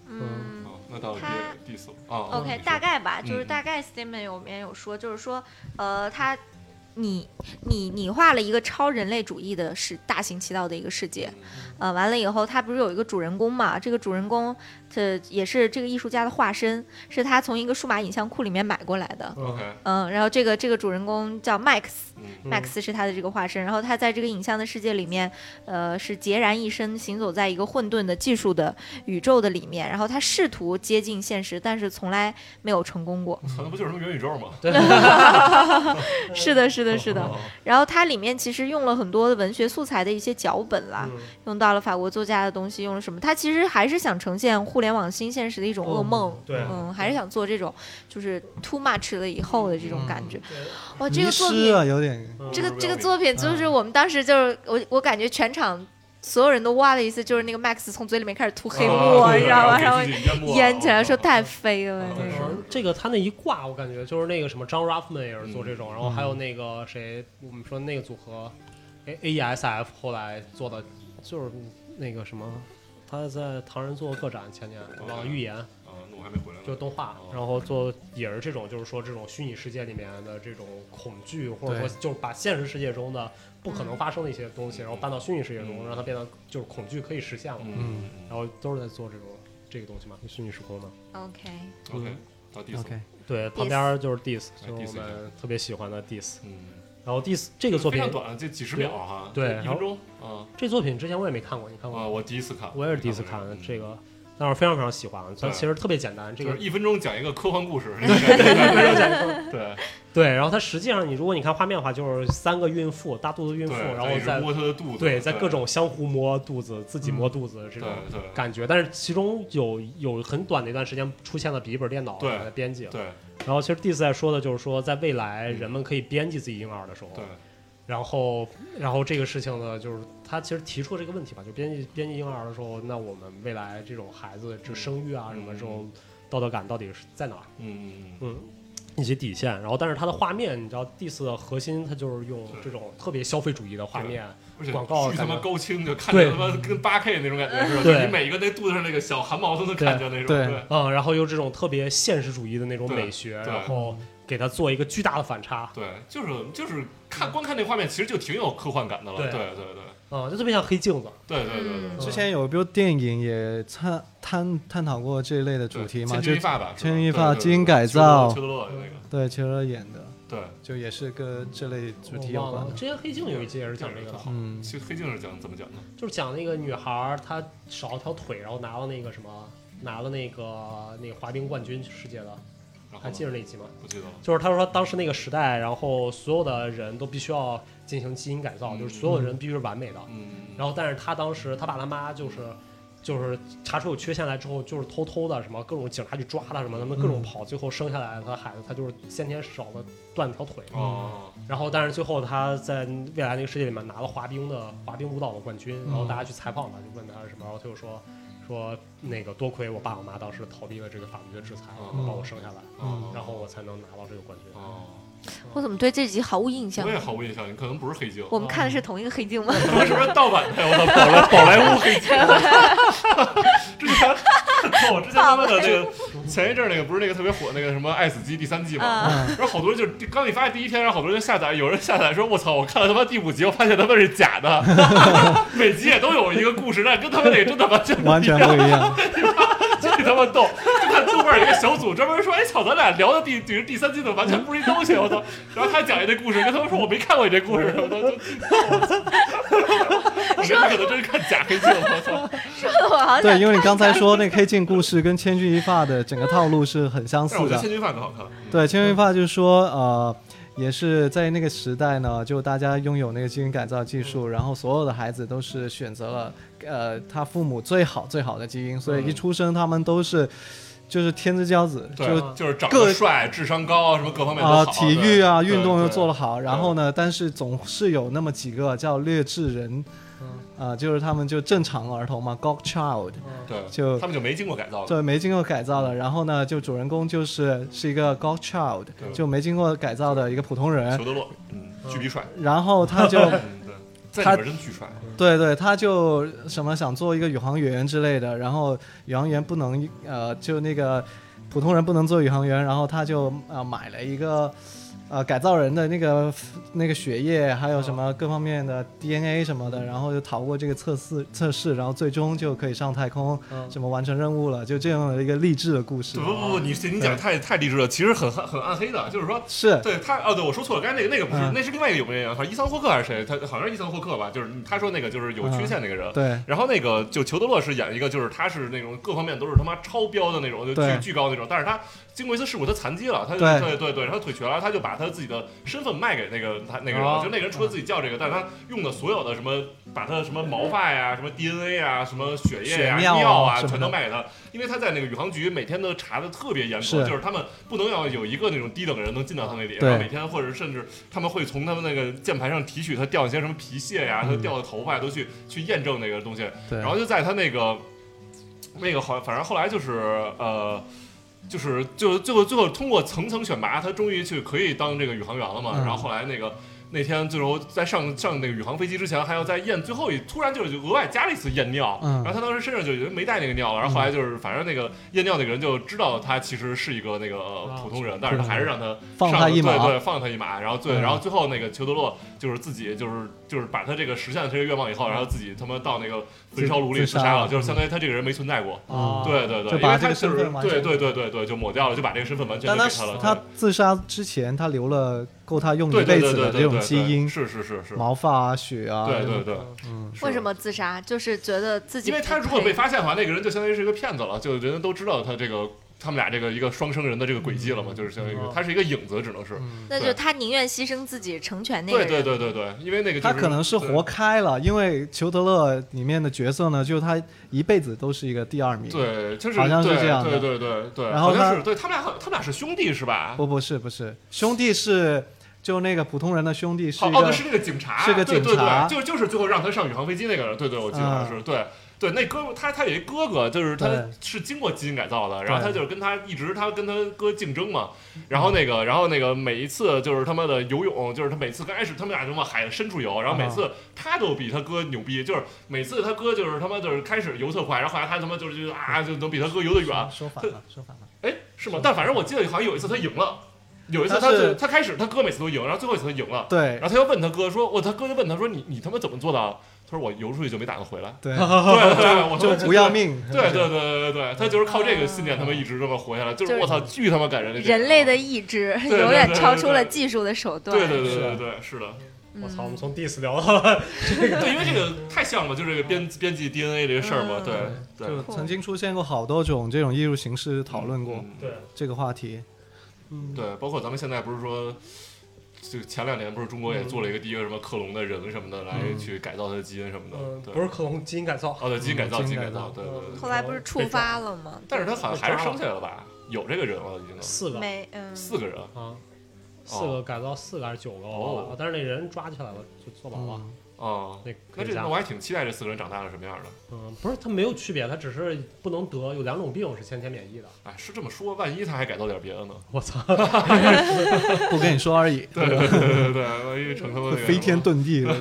嗯好，那到他第第四啊，OK，大概吧，就是哦嗯大概 statement 有面有说，就是说，呃，他。你你你画了一个超人类主义嗯的世大行其道的一个世界，呃，完了以后，他不是有一个主人公嘛？这个主人公这也是这个艺术家的化身，是他从一个数码影像库里面买过来的。 OK，嗯，然后这个这个主人公叫 Max，Max 嗯嗯是他的这个化身，然后他在这个影像的世界里面，呃，是孑然一身，行走在一个混沌的技术的宇宙的里面，然后他试图接近现实，但是从来没有成功过。可能不就是什么元宇宙吗？嗯是的，是的，是的。嗯哦 然后它里面其实用了很多文学素材的一些脚本啦，嗯嗯用到了法国作家的东西，用了什么？它其实还是想呈现互联网新现实的一种哦噩梦，对嗯，还是想做这种就是 too much 了以后的这种感觉。嗯哇，哦这迷个作失品，啊，有点 这个这个 Will 作品就是我们当时就是我我感觉全场所有人都哇的一次，就是那个 Max 从嘴里面开始吐黑沫，啊你知道吗？对然后给自己哦淹没淹起来，了说太飞了，啊真是嗯这个他那一挂，我感觉就是那个什么张 Ruffman 也是做这种，嗯然后还有那个谁，我们说那个组合，A A E S F 后来做的就是那个什么，他在唐人做个展前年，我忘了预言啊，那我还没回来呢。就是动画，然后做也是这种，就是说这种虚拟世界里面的这种恐惧，或者说就是把现实世界中的不可能发生的一些东西，然后搬到虚拟世界中，嗯让它变得就是恐惧可以实现了，嗯然后都是在做这种这个东西嘛，虚拟时空嘛。 OK。 ，OK，到第四， OK。对，旁边儿就是 Dis，就哎是我 Dis 一们特别喜欢的 Dis。嗯，然后 Dis 这个作非品常，短，就几十秒哈，对一分钟啊这作品之前我也没看过，你看过啊，吗？我第一次看，我也是第一次看嗯这个，但是非常非常喜欢。它对其实特别简单，这就个是一分钟讲一个科幻 故事，对对，对。然后它实际上，你如果你看画面的话，就是三个孕妇，大肚子孕妇，对，然后在在摸他的肚子，对在各种相互摸肚子、自己摸肚子这对种嗯对感觉。但是其中有有很短的一段时间出现了笔记本电脑对来编辑，对然后其实 Dis 在说的就是说，在未来嗯人们可以编辑自己婴儿的时候，对，然后，然后这个事情呢，就是他其实提出了这个问题吧，就编辑编辑婴儿的时候，那我们未来这种孩子这生育啊嗯什么这种道德感到底是在哪儿？嗯嗯嗯，一些底线。然后，但是它的画面，你知道，Dis 的核心，它就是用对这种特别消费主义的画面，而且广告巨他感妈觉高清，就看着他妈跟八 K 那种感觉是吧？对就你每一个那肚子上那个小汗毛都能看见那种，对对嗯，然后又这种特别现实主义的那种对美学，对然后给它做一个巨大的反差，对，就是就是看光看那画面，其实就挺有科幻感的了，对对对对嗯，就特别像黑镜子，对对对对。嗯之前有一部电影也探探探讨过这一类的主题嘛，就千钧一发吧，是吧千钧一发对对对基因改造丘德勒丘德勒那个，对邱乐演的，对，就也是跟这类主题我有忘关了的。之前黑镜有一集也是讲这个的，嗯，其实黑镜是讲怎么讲的？就是讲那个女孩儿，她少了条腿，然后拿了那个什么，拿了那个那个滑冰冠军世界的，然后还呢记得那一集吗？不记得了？就是他说当时那个时代，然后所有的人都必须要进行基因改造，嗯就是所有的人必须是完美的。嗯，然后，但是他当时他爸他妈就是。就是查出有缺陷来之后，就是偷偷的什么各种警察去抓他什么，他们各嗯种跑，最后生下来他孩子他就是先天少了断了条腿，哦，然后，但是最后他在未来那个世界里面拿了滑冰的滑冰舞蹈的冠军，然后大嗯家去采访他，就问他是什么，然后他就说说那个多亏我爸我妈当时逃避了这个法律的制裁，嗯把我生下来，哦然后我才能拿到这个冠军。哦，嗯我怎么对这集毫无印象我？也毫无印象，你可能不是黑镜，我们看的是同一个黑镜吗？ 我是不是盗版的？我操，宝莱宝莱坞黑镜。之前，我之前他 妈的那个 前一阵儿那个不是那个特别火那个什么《爱死机》第三 季嘛，嗯啊然后好多人就是刚一发第一天，然后好多人就下载，有人下载说我操，我看了他妈第五集，我发现他妈是假的， 每集也都有一个故事，但跟他们那个真他妈就完全不一样。 巨他妈逗！就看豆瓣有一个小组专门说：“哎操，咱俩聊的第第第三季的完全不是一东西。”我操！然后他讲一这故事，跟他们说我没看过你这故事，我操！就巨逗我操！我觉得可能真是看假黑镜了，我操！我好像对，因为你刚才说那个黑镜故事跟千钧一发的整个套路是很相似但是我觉得的《千。钧一发》更好看。对，千钧一发就是说，呃，也是在那个时代呢，就大家拥有那个基因改造技术，然后所有的孩子都是选择了，呃，他父母最好最好的基因，所以一出生他们都是，就是天之骄子，嗯对，啊就就是长各得帅、智商高，什么各方面都啊、好。体育啊，对运动又做得。对嗯好，然后呢，但是总是有那么几个叫劣质人，嗯啊、就是他们就正常儿童嘛，god child，嗯对，就他们就没经过改造的。这没经过改造的。然后呢，就主人公就是是一个 god child，对就没经过改造的一个普通人裘。德洛，嗯，巨逼帅，然后他就嗯，对，在他里面真巨帅。对对，他就什么想做一个宇航员之类的，然后宇航员不能呃，就那个普通人不能做宇航员，然后他就呃买了一个呃改造人的那个那个血液，还有什嗯么各方面的 DNA 什么的，然后就逃过这个测试测试，然后最终就可以上太空，嗯什么完成任务了，就这样的一个励志的故事不。不不，你你讲得太太励志了，其实很暗很暗黑的，就是说。是，对他哦，对我说错了，刚才那个那个不是，嗯那是另外一个有名演员，好像伊桑霍克还是谁？他好像是伊桑霍克吧？就是嗯他说那个就是有缺陷那个人，对，然后那个就裘德洛是演一个，就是他是那种各方面都是他妈超标的那种，就对巨巨高那种，但是他经过一次事故，他残疾了，他对对对对，然后腿瘸了，他就把他自己的身份卖给那个他那个人哦了，就那个人除了自己叫这个，但是他用的所有的什么，把他的什么毛发呀、什么 DNA 啊、什么血液呀、血尿啊尿啊，什么的全都卖给他，因为他在那个宇航局每天都查的特别严格，是就是他们不能要有一个那种低等的人能进到他那里，对然后每天或者甚至他们会从他们那个键盘上提取他掉一些什么皮屑呀、他嗯掉的头发呀都去去验证那个东西，对，然后就在他那个那个好，反正后来就是呃，就是就最后最后通过层层选拔，他终于去可以当这个宇航员了嘛。嗯然后后来那个那天最后在上上那个宇航飞机之前，还要再验最后一，突然就是额外加了一次验尿。嗯然后他当时身上就已经没带那个尿了，然后后来就是反正那个验尿那个人就知道他其实是一个那个呃普通人，但是他还是让他放他一马对对，放他一马。然后最，嗯然后最后那个裘德洛就是自己就是就是把他这个实现了这个愿望以后，然后自己他妈到那个焚烧炉里自自自杀杀了，了就是相当于他这个人没存在过。嗯哦嗯对对对，就因把为这他个就身是份完对全对对对对，就抹掉了，就把这个身份完全但就他给他了。他自杀之前，他留了够他用对一辈对对子对的对这对种对，基对因，是是是是，毛发啊、血啊，对对对，嗯，是为什？么自杀？就是觉得自己因为他不如果配被发现的话，那个人就相当于是一个骗子了，就人家都知道他这个他们俩这个一个双生人的这个轨迹了嘛，就是相当于一个嗯他是一个影子，只能是。嗯那就对他宁愿牺牲自己成全嗯那个对人。对对对对，因为那个就他可能是对活开了，因为裘德勒里面的角色呢，就是他一辈子都是一个第二名。，对，就是好像是对这样的对对对对，然后好像他是对他们俩好，他们俩是兄弟是吧？不不是不是，兄弟是就那个普通人的兄弟是好一哦，个对，是那个警察，是个警察嗯对对对，就就是最后让他上宇航飞机那个人，对对，我记得好像是对。对，那哥们他他有一哥哥，就是他对是经过基因改造的，然后对他就是跟他一直他跟他哥竞争嘛，然后那个然后那个每一次就是他妈的游泳，就是他每次刚开始他们俩就往海深处游，嗯然后每次他都比他哥牛逼，就是每次他哥就是他妈就是开始游特快，然后后来他他妈就是就啊就能比他哥游得远，说反了，说反了。哎，是吗？但反正我记得好像有一次他赢了，有一次他他是最他开始他哥每次都赢，然后最后一次他赢了，对然后他又问他哥说，我他哥就问他说你你他妈怎么做到？他说我游出去就没打算回来。对，对对对，我就他妈不要。命。对对对对对对，他就是靠这个信念，他们一直这么活下来，就是就是我操，巨他妈感人的人类的意志 对永远对超出了对技术的手段。对对对对对，是的，嗯我操，我们从 diss 聊到对，因为这个太像了，就是这个编编辑 DNA 这个事儿嘛，对 对就曾经出现过好多种这种艺术形式讨论过嗯对这个话题。对，包括咱们现在不是说，就前两年不是中国也做了一个第一个什么克隆的人什么的，来去改造他的基因什么的，嗯，对不是克隆基因改造，哦，对，基因改造，嗯基基因因改改造，造对对对。后来不是触发了吗？但是他好像还是生下来了吧？有这个人了，已经四个没，嗯，四个人，啊，四个改造四个还是九个忘了哦，但是那人抓起来了，就坐牢了。嗯，哦。那那科这学家那我还挺期待这四个人长大是什么样的。嗯，不是他没有区别，他只是不能得，有两种病是先天 免疫的。哎，是这么说，万一他还改造点别的呢？ 我操，不跟你说而已。对对对对对，万一成他妈那个 飞天遁地的，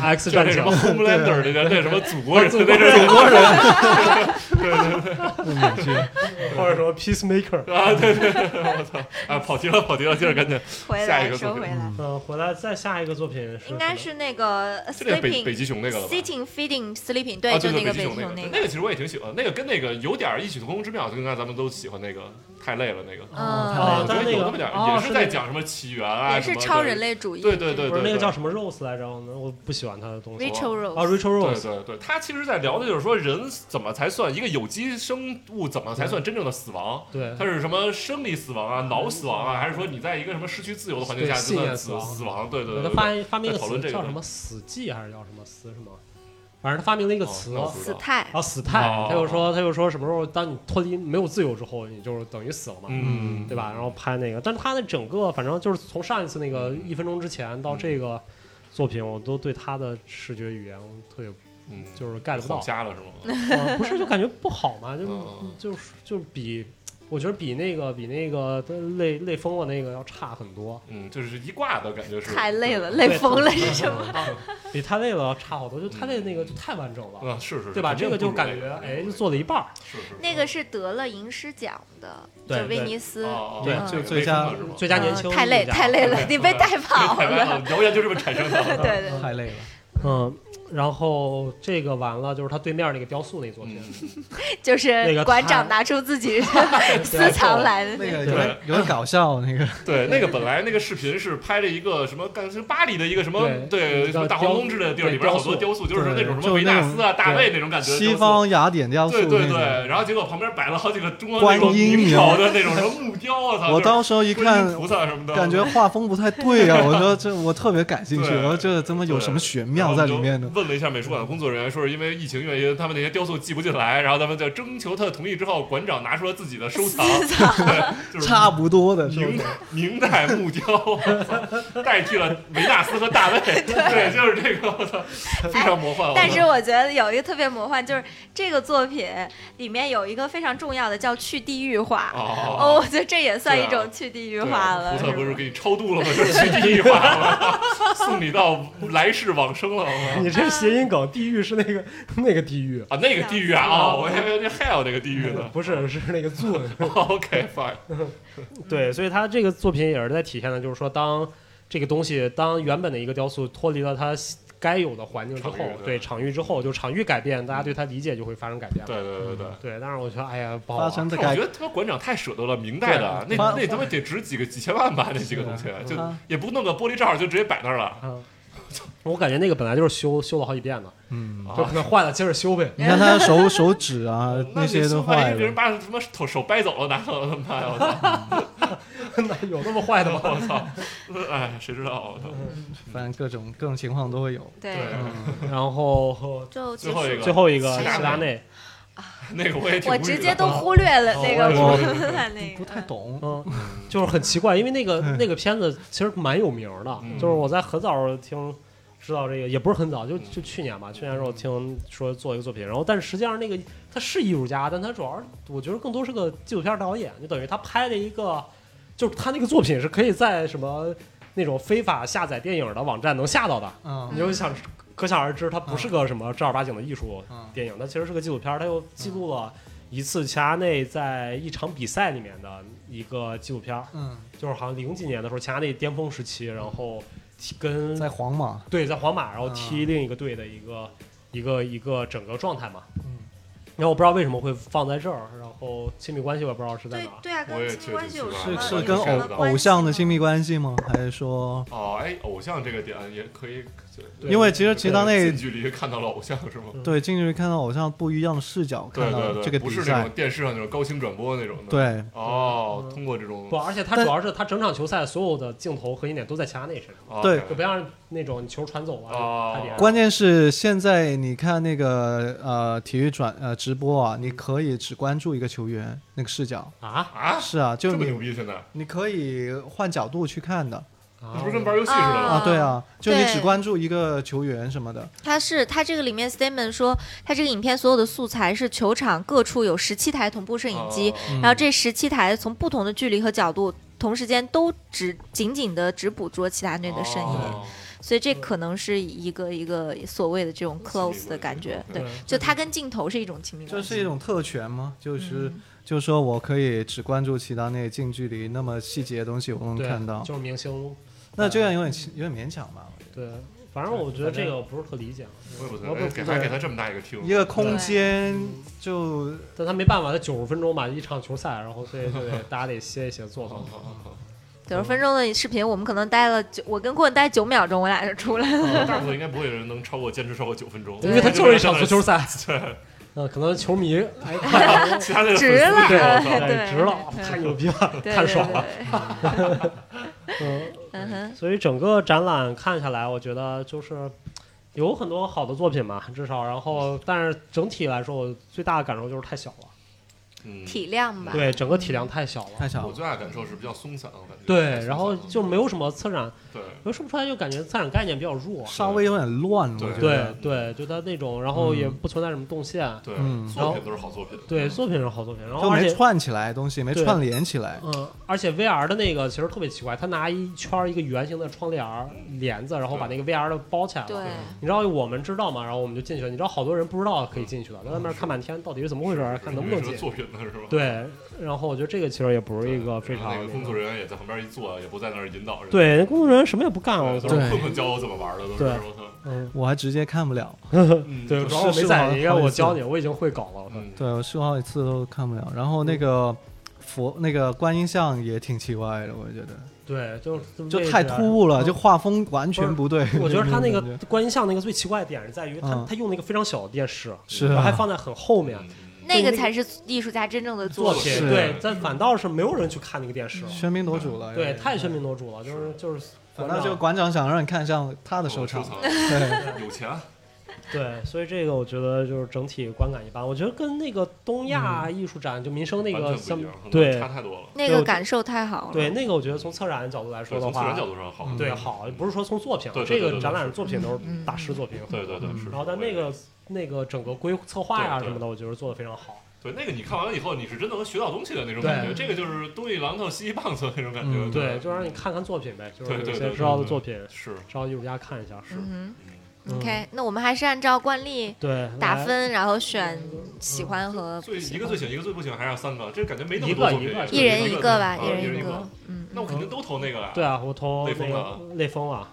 X 就是战那什警么 Homelander 那个那什么祖国人那中种国人。美剧 或者什么 Peacemaker。啊，对对，对我操！啊，跑题了，跑题了，接着赶紧。回下一来个收作回品来，嗯，回来再下一个作品是应该是那个呃就那个北北 sleeping 极熊那个了吧？ sitting feeding sleeping，啊，对，就对那个对，极北熊极熊那那那个，个其实我也挺喜欢，那个跟那个有点异曲同工之妙，就跟刚才咱们都喜欢那个太累了那个。啊哦嗯，我觉得但是那有个那么点儿，哦也是是那在个讲什么起源啊，也什是么超的人类主义，对对对不是那个对叫什么 Rose 来着？我不喜欢他的东西。 ，Rachel 啊 Rose， ，Rachel 对 Rose，对对，他其实在聊的就是说，人怎么才算一个有机生物，怎么才算真正的死亡？对它是什么生理死亡啊、脑死亡啊，还是说你在一个什么失去自由的环境下对就信算死念死亡死亡？对对他对，发明发明一个呃在讨论词这个叫什么死寂还是叫什么死什么？反正他发明了一个哦词那，我不知死道态，然后死态哦，他就说他就说什么时候当你脱离没有自由之后，你就是等于死了嘛。嗯，对吧？然后拍那个，但是他的整个反正就是从上一次那个一分钟之前到这个作品，我都对他的视觉语言我特别嗯， 就是 get 不晃到，瞎了是吗？呃不是就感觉不好嘛，就嗯就就比我觉得比那个比那个累累疯了那个要差很多，嗯，就是一挂的感觉是太累了，累疯了是什么？啊比太累了要差好多，就太累那个就太完整了，嗯，是是，是对吧？肯这定个就不如感那觉个嗯哎，就做了一半儿，是是 那个是得了银狮奖的，对就威尼斯。哦哦对哦就那个最微风佳嘛是吗最佳嗯年轻太累最佳太累 了，你被带跑太歪 了。了谣言就这么产 生的。对对，太累了。嗯，然后这个完了就是他对面那个雕塑那作品，就那是个馆太长拿出自 己私对藏来的那那个个。有点有点搞笑，那个对，那个本来那个视频是拍了一个什么，干是巴黎的一个什么对什么大皇宫之类的地儿，里边好多雕塑，就是那种什么维纳斯啊、大卫那种感觉。西方雅典雕塑对对那对，种。然后结果旁边摆了好几个中国那种明朝的那种什么木雕啊， 我当时候一一看，菩萨什么的，感觉画风不太对啊！我 说这我特别感兴趣，对我说这他妈有什么玄妙在里面呢？问了一下美术馆的工作人员，说是因为疫情原因，他们那些雕塑寄不进来，然后他们在征求他的同意之后，馆长拿出了自己的收 藏，对，就是差不多的，是不明是？代 明代木雕代替了维纳斯和 大卫，对，就是这个，我操，非常魔幻。我操哎但是我觉得有一个特别魔幻，就是这个作品里面有一个非常重要的叫去地狱化。 哦，哦，我觉得这也算一对啊种去地狱对化了。菩萨是吧不是给你超度了吗？就是去地狱化了，送你到来世往生了。我操你这谐音梗，地狱是那个 那个地狱，啊，那个地狱啊，哦，我还以为那 hell 那个地狱呢。 不是是那个 zoom。 OK fine，对，所以他这个作品也是在体现的，就是说，当这个东西，当原本的一个雕塑脱离了它该有的环境之后场域，对对场域之后，就场域改变，大家对它理解就会发生改变了。对对对对。对，但是我觉得，哎呀，不好发生玩。的但我改觉得他妈馆长太舍得了，明代的啊那对那他妈得值几个几千万吧，那几个东西啊就也不弄个玻璃罩，就直接摆那儿了。嗯，我感觉那个本来就是修修了好几遍的， 嗯，就可能坏了接着修呗。 你看他手手指啊那那你些都万坏一别人了，把什么手手掰走了，拿走了怎么办呀？我操！那有那么坏的吗？我操！哎，谁知道？我操！反正各种各种情况都会有。嗯对，对然后就最后一个最后一个希希腊拉内内，那个我也挺我无语直的接都忽略了哦那个我也是不看那不太个。懂，嗯， 就是很奇怪，因为那个那个片子其实蛮有名儿的，嗯就是我在很早听知道这个，也不是很早，就就去年吧，去年的时候听说做一个作品，然后但是实际上那个他是艺术家，但他主要是我觉得更多是个纪录片导演，就等于他拍了一个，就是他那个作品是可以在什么那种非法下载电影的网站能下到的，嗯你就想可想而知，它不是个什么正儿八经的艺术嗯电影，它其实是个纪录片儿，它又记录了一次齐达内在一场比赛里面的一个纪录片儿，嗯，就是好像零几年的时候齐达内巅峰时期，然后踢跟在皇马，对在皇马，然后踢嗯另一个队的一个一个一个整个状态嘛。嗯，然后我不知道为什么会放在这儿，然后亲密关系我也不知道是在对哪儿。对啊，我也跟亲密觉得关系有是什是么？是有跟什么偶关偶系像的吗亲密关系吗？还是说，哦，哎，偶像这个点也可以，对因为其实齐达内近距离看到了偶像是吗？对近距离看到偶像不一样的视角对看到对这对，个不比是那赛种，电视上那种高清转播那种的。，对，哦，通过这种不，而且它但主要是它整场球赛所有的镜头核心点都在齐达内身上，哦对就不让那种球传走哦啊，差点。关键是现在你看那个呃体育转呃直播啊，你可以只关注一个球员那个视角。啊啊，是啊，就这是么你牛逼！现在你可以换角度去看的啊你不是跟玩游戏似的啊吗？啊，对啊，就你只对关注一个球员什么的，他是他这个里面 statement 说，他这个影片所有的素材是球场各处有十七台同步摄影机，嗯嗯哦然后这十七台从不同的距离和角度。同时间都只紧紧的只捕捉齐达内的身影，哦所以嗯这可能是一个一个所谓的这种 close 的感觉，嗯嗯对，就他跟镜头是一种亲密这关系，是一种特权吗？就是嗯就是说我可以只关注齐达内近距离，那么细节的东西我能对，看到，就是明星。那这样有点奇有点勉强吧？我觉对，反正我觉得这个我不是特理解，我也不我能不给还给他这么大一个厅得一， 个空间就但他没办法，他九十分钟吧，一场球赛，然后所以就得大家得歇一歇，坐好坐。好好好九十分钟的视频，我们可能待了九，我跟棍待九秒钟，我俩就出 来了。大部分应该不会有人能超过坚持超过九分钟，因为他就是一场足球赛，赛，对，嗯，可能球迷哎看其他的粉丝值了对我操哎对值了，太牛逼了，对太爽了，对对嗯。嗯哼，所以整个展览看下来，我觉得就是有很多好的作品嘛，至少，然后但是整体来说，我最大的感受就是太小了。嗯，体量吧。对，整个体量太小了。太小我了。最大的感受是比较松散，啊我感觉。比较松嗯对，散然后就没有什么策展，对，我说不出来，就感觉策展概念比较弱。稍微有点乱，我觉对得。对，就它那种，然后也不存在什么动线。对，嗯然作后品都是好作品。对，作品是好作品，然后就而没且串起来东西，没对串联起来。嗯，而且 VR 的那个其实特别奇怪，他拿一圈儿一个圆形的窗帘儿帘子，然后把那个 VR 的包起来了。对，你知道我们知道吗？然后我们就进去了。你知道好多人不知道可以进去的，在那边看半天，到底是怎么回事儿，看能不能是进。作品呢，是吧？对，然后我觉得这个其实也不是一个非然后常那个工作人员也在旁边一坐，也不在那儿引导人。对，那工作人员什么也不干，我对，操都。是困困教我怎么玩的，都是对我操。嗯，我还直接看不了，嗯对，就主要我是没是好在，像应该我好几次教你，我已经会搞了。我操嗯，对我试过好几次都看不了。然后嗯那个佛那个观音像也挺奇怪的，我觉得对，就是就太突兀了，嗯就画风完全不对。 我觉得他那个种感觉观音像那个最奇怪的点是在于他嗯他用那个非常小的电视，是然后还啊，放在很后面。嗯那个才是艺术家真正的作作品，是对，但反倒是没有人去看那个电视了，喧宾夺主了。嗯对，太喧宣。宾夺主了，就是就是，哎反倒就馆长想让你看上他的收嗯收 藏，藏对，有钱，对，所以这个我觉得就是整体观感一般，我觉得跟那个东亚嗯艺术展就民生那个完全相不一样，可能对差太多了。那对我个觉感受太好了。对那个，我觉得从策展角度来说对的从自然话嗯角，度上好，对嗯好，不是说从作品啊，对这对对个对展对览作品都是嗯大师作品，对对对，是。嗯然后但我也那个那个整个规策划呀对对什么的，我觉得做的非常好。对那个你看完了以后，你是真的能学到东西的那种感觉，对这个就是东一榔头西一棒子那种感觉。嗯对，就让你看看作品呗，就是对对有对些对知道的对作品，是知道艺术家看一下是。嗯嗯哼，OK，那我们还是按照惯例对，打来分，然后选喜欢和最一个最喜欢，一个最不喜欢，还是三个，这感觉没那一个么多作品一个一人一一个吧，啊一一人一个。，嗯，那我肯定都投那个呀。对啊，我投累疯了啊那个累疯了，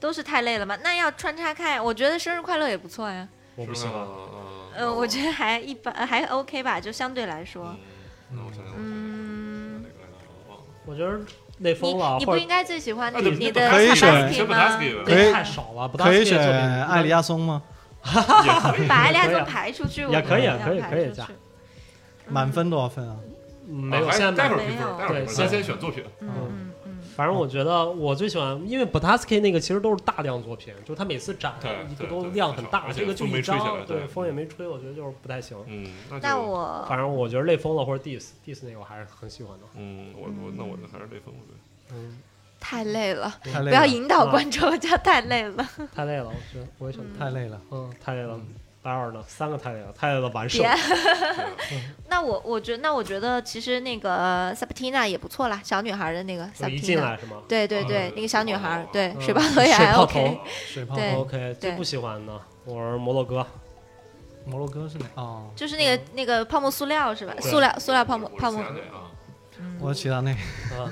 都是太累了嘛。那要穿插看，我觉得生日快乐也不错呀。我不是喜吧，欢。嗯嗯，我觉得还一般，还 OK 吧，就相对来说嗯，那我想想，嗯哪个来着？我忘了我觉得累你疯了，你或不者应该最喜欢啊你对你对的可以选 Bataski 选吗？ Bataski 吧可以太少了，不大可以适合选作品一艾般利亚松吗？也把可以。艾利亚可以松啊排出去，我也觉可以得啊要可以排可以出加去。嗯满分多少分啊？没有，啊还现在待买会儿没评分有，待会儿评对分，现咱在先选作品。嗯嗯嗯，反正我觉得我最喜欢，因为 Botaski 那个其实都是大量作品，就是他每次展对一个对都对量很大，而且这个就风没一吹起张，来对，对风也没吹，我觉得就是不太行。嗯，那就反我正我觉得累疯了或者 Dis Dis 那个我还是很喜欢的。嗯，我我那我就还是得分我 对。嗯，太累了，太不累了要，引导啊观众， 叫太累了。太累了，我觉得我也想，太累了。嗯，太累了。白二呢？三个太累了，太累了，完胜别。那我我觉那我觉得其实那个呃 Sabatina 也不错啦，小女孩的那个就哦一进 Sabatina，来是吗？对对对嗯，那个小女孩嗯，对嗯水泡头也还 水泡头 OK，水泡对 OK，最不喜欢呢，我是摩 洛哥。摩洛哥是哪？哦，就是那个嗯那个泡沫塑料是吧？对塑料 塑料泡沫啊我是泡沫西 安的啊，嗯我其他那个，啊，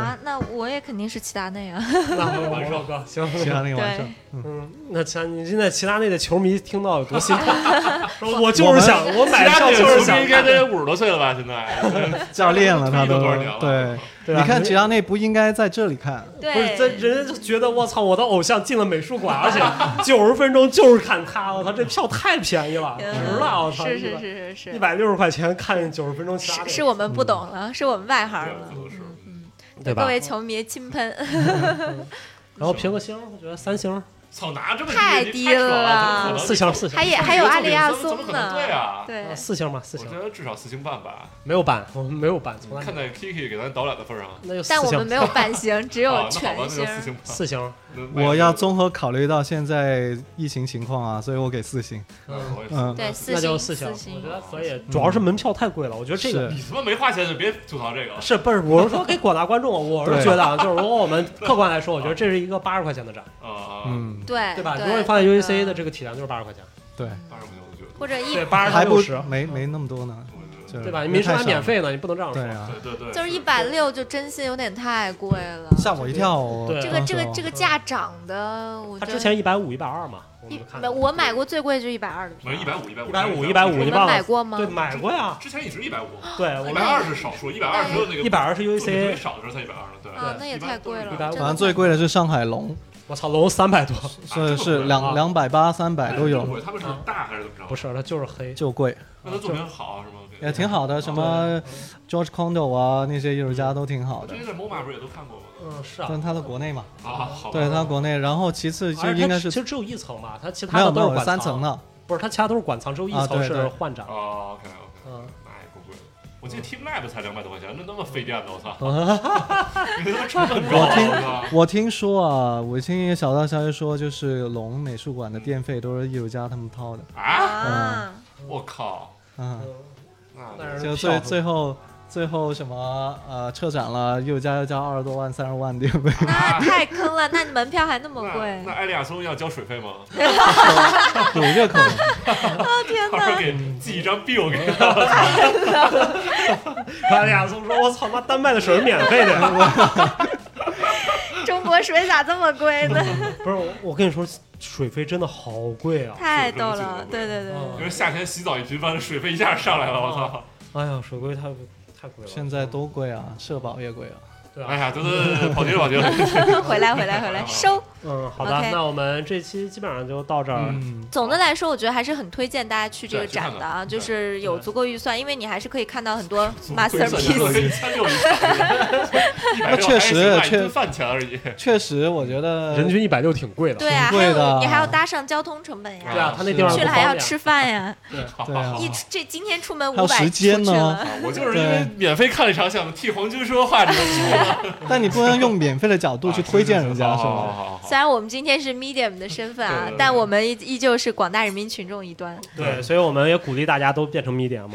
啊，那我也肯定是齐达内啊， 那我摩洛哥行。其他那个完对胜。。嗯，那其他你现在齐达内的球迷听到有多心痛？ 说我就是想，我买票这就球是迷想应该得五十多岁了吧？现在教练了，他退役都都多少年了对。对吧？你看吉拉内不应该在这里看，不是，对，这人家就觉得我操，我的偶像进了美术馆，而且 九十分钟就是看他，我操，这票太便宜了，嗯值啊了，我操，是是是是是一，百六十块钱看九十分钟齐达是内，是我们不懂了，是我们外行 对了这。都是嗯对吧各？位球迷亲喷，然后评个星，我觉得三星、操，拿这么太低低太扯了怎么可能四星、四 星还，也还有阿里亚怎么松可能呢，对啊，对啊，四星吧，四我星觉，得至少四星半吧。没有版，我们没有版，从来没有看在 Kiki 给咱导览的份上，那就四但我们星，没有半星，只有哦啊那好吧，全星那就。四星 半。四星，那那我要综合考虑到现在疫情情况啊，所以我给四星。嗯，我也是嗯对，那四星，就四星，星，我觉得可以，主要是门票太贵了，我觉得这个是你他妈没花钱就别吐槽这个了。啊是不是？我是说给广大观众，我是对觉得啊，就是如果我们客观来说，我觉得这是一个八十块钱的展，啊，嗯，哎对对吧？如果你放在 UAC 的这个体量就是八十块钱，对，八十块钱我觉得，或者一对，八十还到不六十，没没那么多呢，我觉就得是对吧？民生太还少免了。费呢，你不能这样对说。啊，对对对，就是一百六，就真心有点太贵了。吓我一跳！我对这个这个当这时个价涨的，我他觉得之前一百五、一百二嘛，我一们看没我买过最贵就一百二的票没，一百五，一百五， 150你你们忘了买过吗对？买过呀，之前一直一百五，对一我百们二是少数，一百二只有那个一百二是作品特别 UAC，少的时候才一百二呢，对啊，那也一般太都是贵了一百，五真反正的最贵的是上海龙，我操，龙三百多，是这么是贵啊两两百八、三哎百都这么有，贵他们是大还是怎么着？不，是，它就是黑，就贵那他作品好啊是吗？也挺好的，什么 George Condo 啊那些艺术家都挺好的之，前在 MoMA 不是也都看过吗？嗯，是啊但。他在国内嘛，啊，好吧，对他国内，然后其次就而且应它该其是实只有一层吧，它其没他有的没都是有馆三层藏，的，不是它其他都是馆藏，只有一啊层对是对换展。哦，OK OK，嗯，那也不贵了，我记得 Team Lab 才两百多块钱，那那么费电的，我操！你他妈成本高，我听我 操！我听说啊，我听一个小道消息说，就是龙美术馆的电费都是艺术家他们掏的，啊！啊，我靠！嗯，那但是就票最最后最后什么呃撤展了，艺术家要交二十多万、三十万电 费，那太坑了，那门票还那么那贵那，艾利亚松要交水费吗？有这可能？ 天到时候哪！给寄一张 bill 给他。他俩松哎说：“我操妈，丹麦的水是免 费的。”中国水咋这么贵呢？不是，我我跟你说，水费真的好贵啊！太逗是是是了，对对对嗯因为夏天洗澡一频繁，水费一下上来了，我操！哎呀，水贵太太贵了。现在多贵啊，社保也贵啊。对哎啊，呀，得得得，跑题了，跑题了。对，回来回来回来，收。嗯，好的 OK 那我们这期基本上就到这儿。嗯，总的来说，我觉得还是很推荐大家去这个对去看展看的啊，就对是有足够预算，因为你还是可以看到很多一 masterpiece。餐就一餐，确实一确顿饭钱而已。确实，我觉得人均一百六挺贵的。对啊，挺还贵的有你还要搭上交通成本对呀，啊，他那地方是不去了方还要便哦吃饭 呀，好对啊一出这今天出门还有五百时间呢啊我就是因为免费看了一场，想替黄军说话，你们但你不能用免费的角度去推荐人家，啊是哦好好吧？好好好 虽然我们今天是 medium 的身份对啊对，对但我们依依旧是广大人民群众一端。对，所以我们也鼓励大家都变成 media 嘛。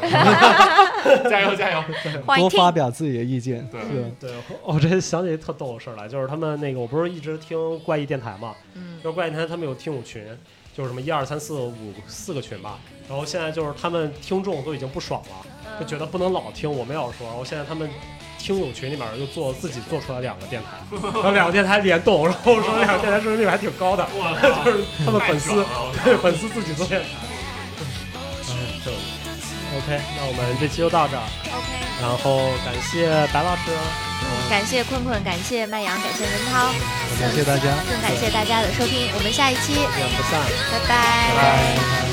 加油加油！欢迎多听嗯发表自己的意见，对是吧对，哦我我这想起一特逗的事儿来，就是他们那个，我不是一直听怪异电台嘛，嗯就是怪异电台他们有听友群，就是什么一二三四五四个群吧，然后现在就是他们听众都已经不爽了，就觉得不能老听我们要说，然后现在他们。听友群里面又做自己做出来两个电台，然后两个电台联动，然后说两个电台收视率还挺高的， 我操就是他们粉太丝爽了我操 对粉丝自己做电台。哎就 OK，那我们这期就到这儿， ，OK，然后感谢白老师。感谢困困，感谢麦阳，感谢文涛，感谢大家。更感谢大家的收听，我们下一期不见不散。拜拜